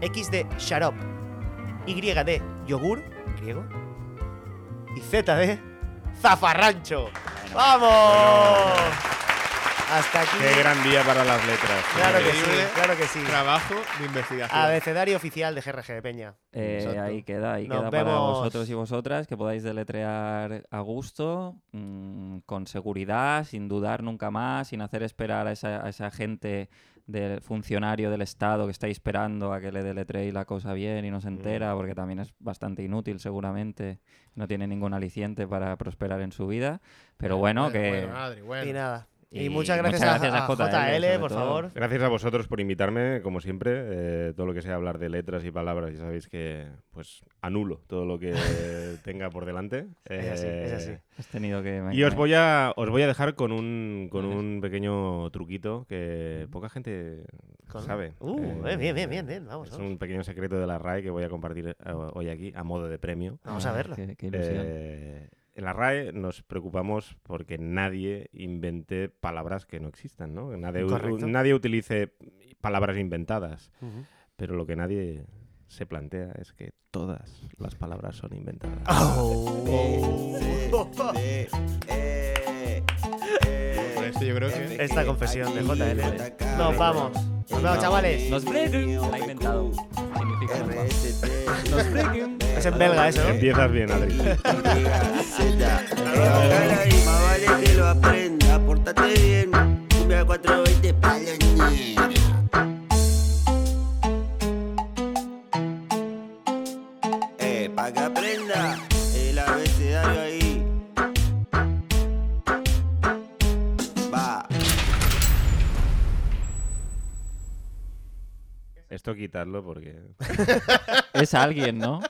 X de sharop. Y de yogur. ¿Griego? Y Z de zafarrancho. ¡Vamos! Hasta aquí.
Qué gran día para las letras.
Claro que sí,
Increíble.
claro que sí.
Trabajo de investigación.
Abecedario oficial de GRG de Peña.
Eh,
Exacto.
ahí queda, ahí
Nos
queda para
vemos.
vosotros y vosotras que podáis deletrear a gusto, mm, con seguridad, sin dudar nunca más, sin hacer esperar a esa, a esa gente del funcionario del Estado que está ahí esperando a que le deletreéis la cosa bien y no se entera, porque también es bastante inútil seguramente, no tiene ningún aliciente para prosperar en su vida. Pero bueno, que...
eh, Bueno, Adri,
Y
bueno.
nada. Y,
Y
muchas gracias,
muchas gracias
a,
a
a JL,
JL, sobre
por
todo.
favor.
Gracias a vosotros por invitarme, como siempre. eh, todo lo que sea hablar de letras y palabras, ya sabéis que pues anulo todo lo que tenga por delante.
Es así, es así.
Eh,
Has tenido que...
Y os voy a os voy a dejar con un con un pequeño truquito que poca gente
Con-
sabe.
Uh,
Eh,
eh, bien, bien, bien, bien, vamos,
Es
vamos.
un pequeño secreto de la RAE que voy a compartir eh, hoy aquí a modo de premio.
Vamos a verlo.
Qué, qué ilusión.
Eh, en la RAE nos preocupamos porque nadie invente palabras que no existan, ¿no? Nadie, u-
Correcto.
nadie utilice palabras inventadas,
Ujú.
pero lo que nadie se plantea es que todas las palabras son inventadas.
Ah, Oh.
D, E, E,
Con esto yo creo que.
Esta confesión de JL.
JL.
Nos vamos. Nos vemos, chavales.
Nos la ha inventado. Significa nos
eh.
va.
RST.
Es en belga eso, ¿no?
Empiezas bien, Adri.
Más vale que lo aprenda, pórtate bien. Cumbia 420 pa' la ñera. Eh, pa' que aprenda el abecedario ahí. Va.
Esto quitarlo porque
Es alguien, ¿no?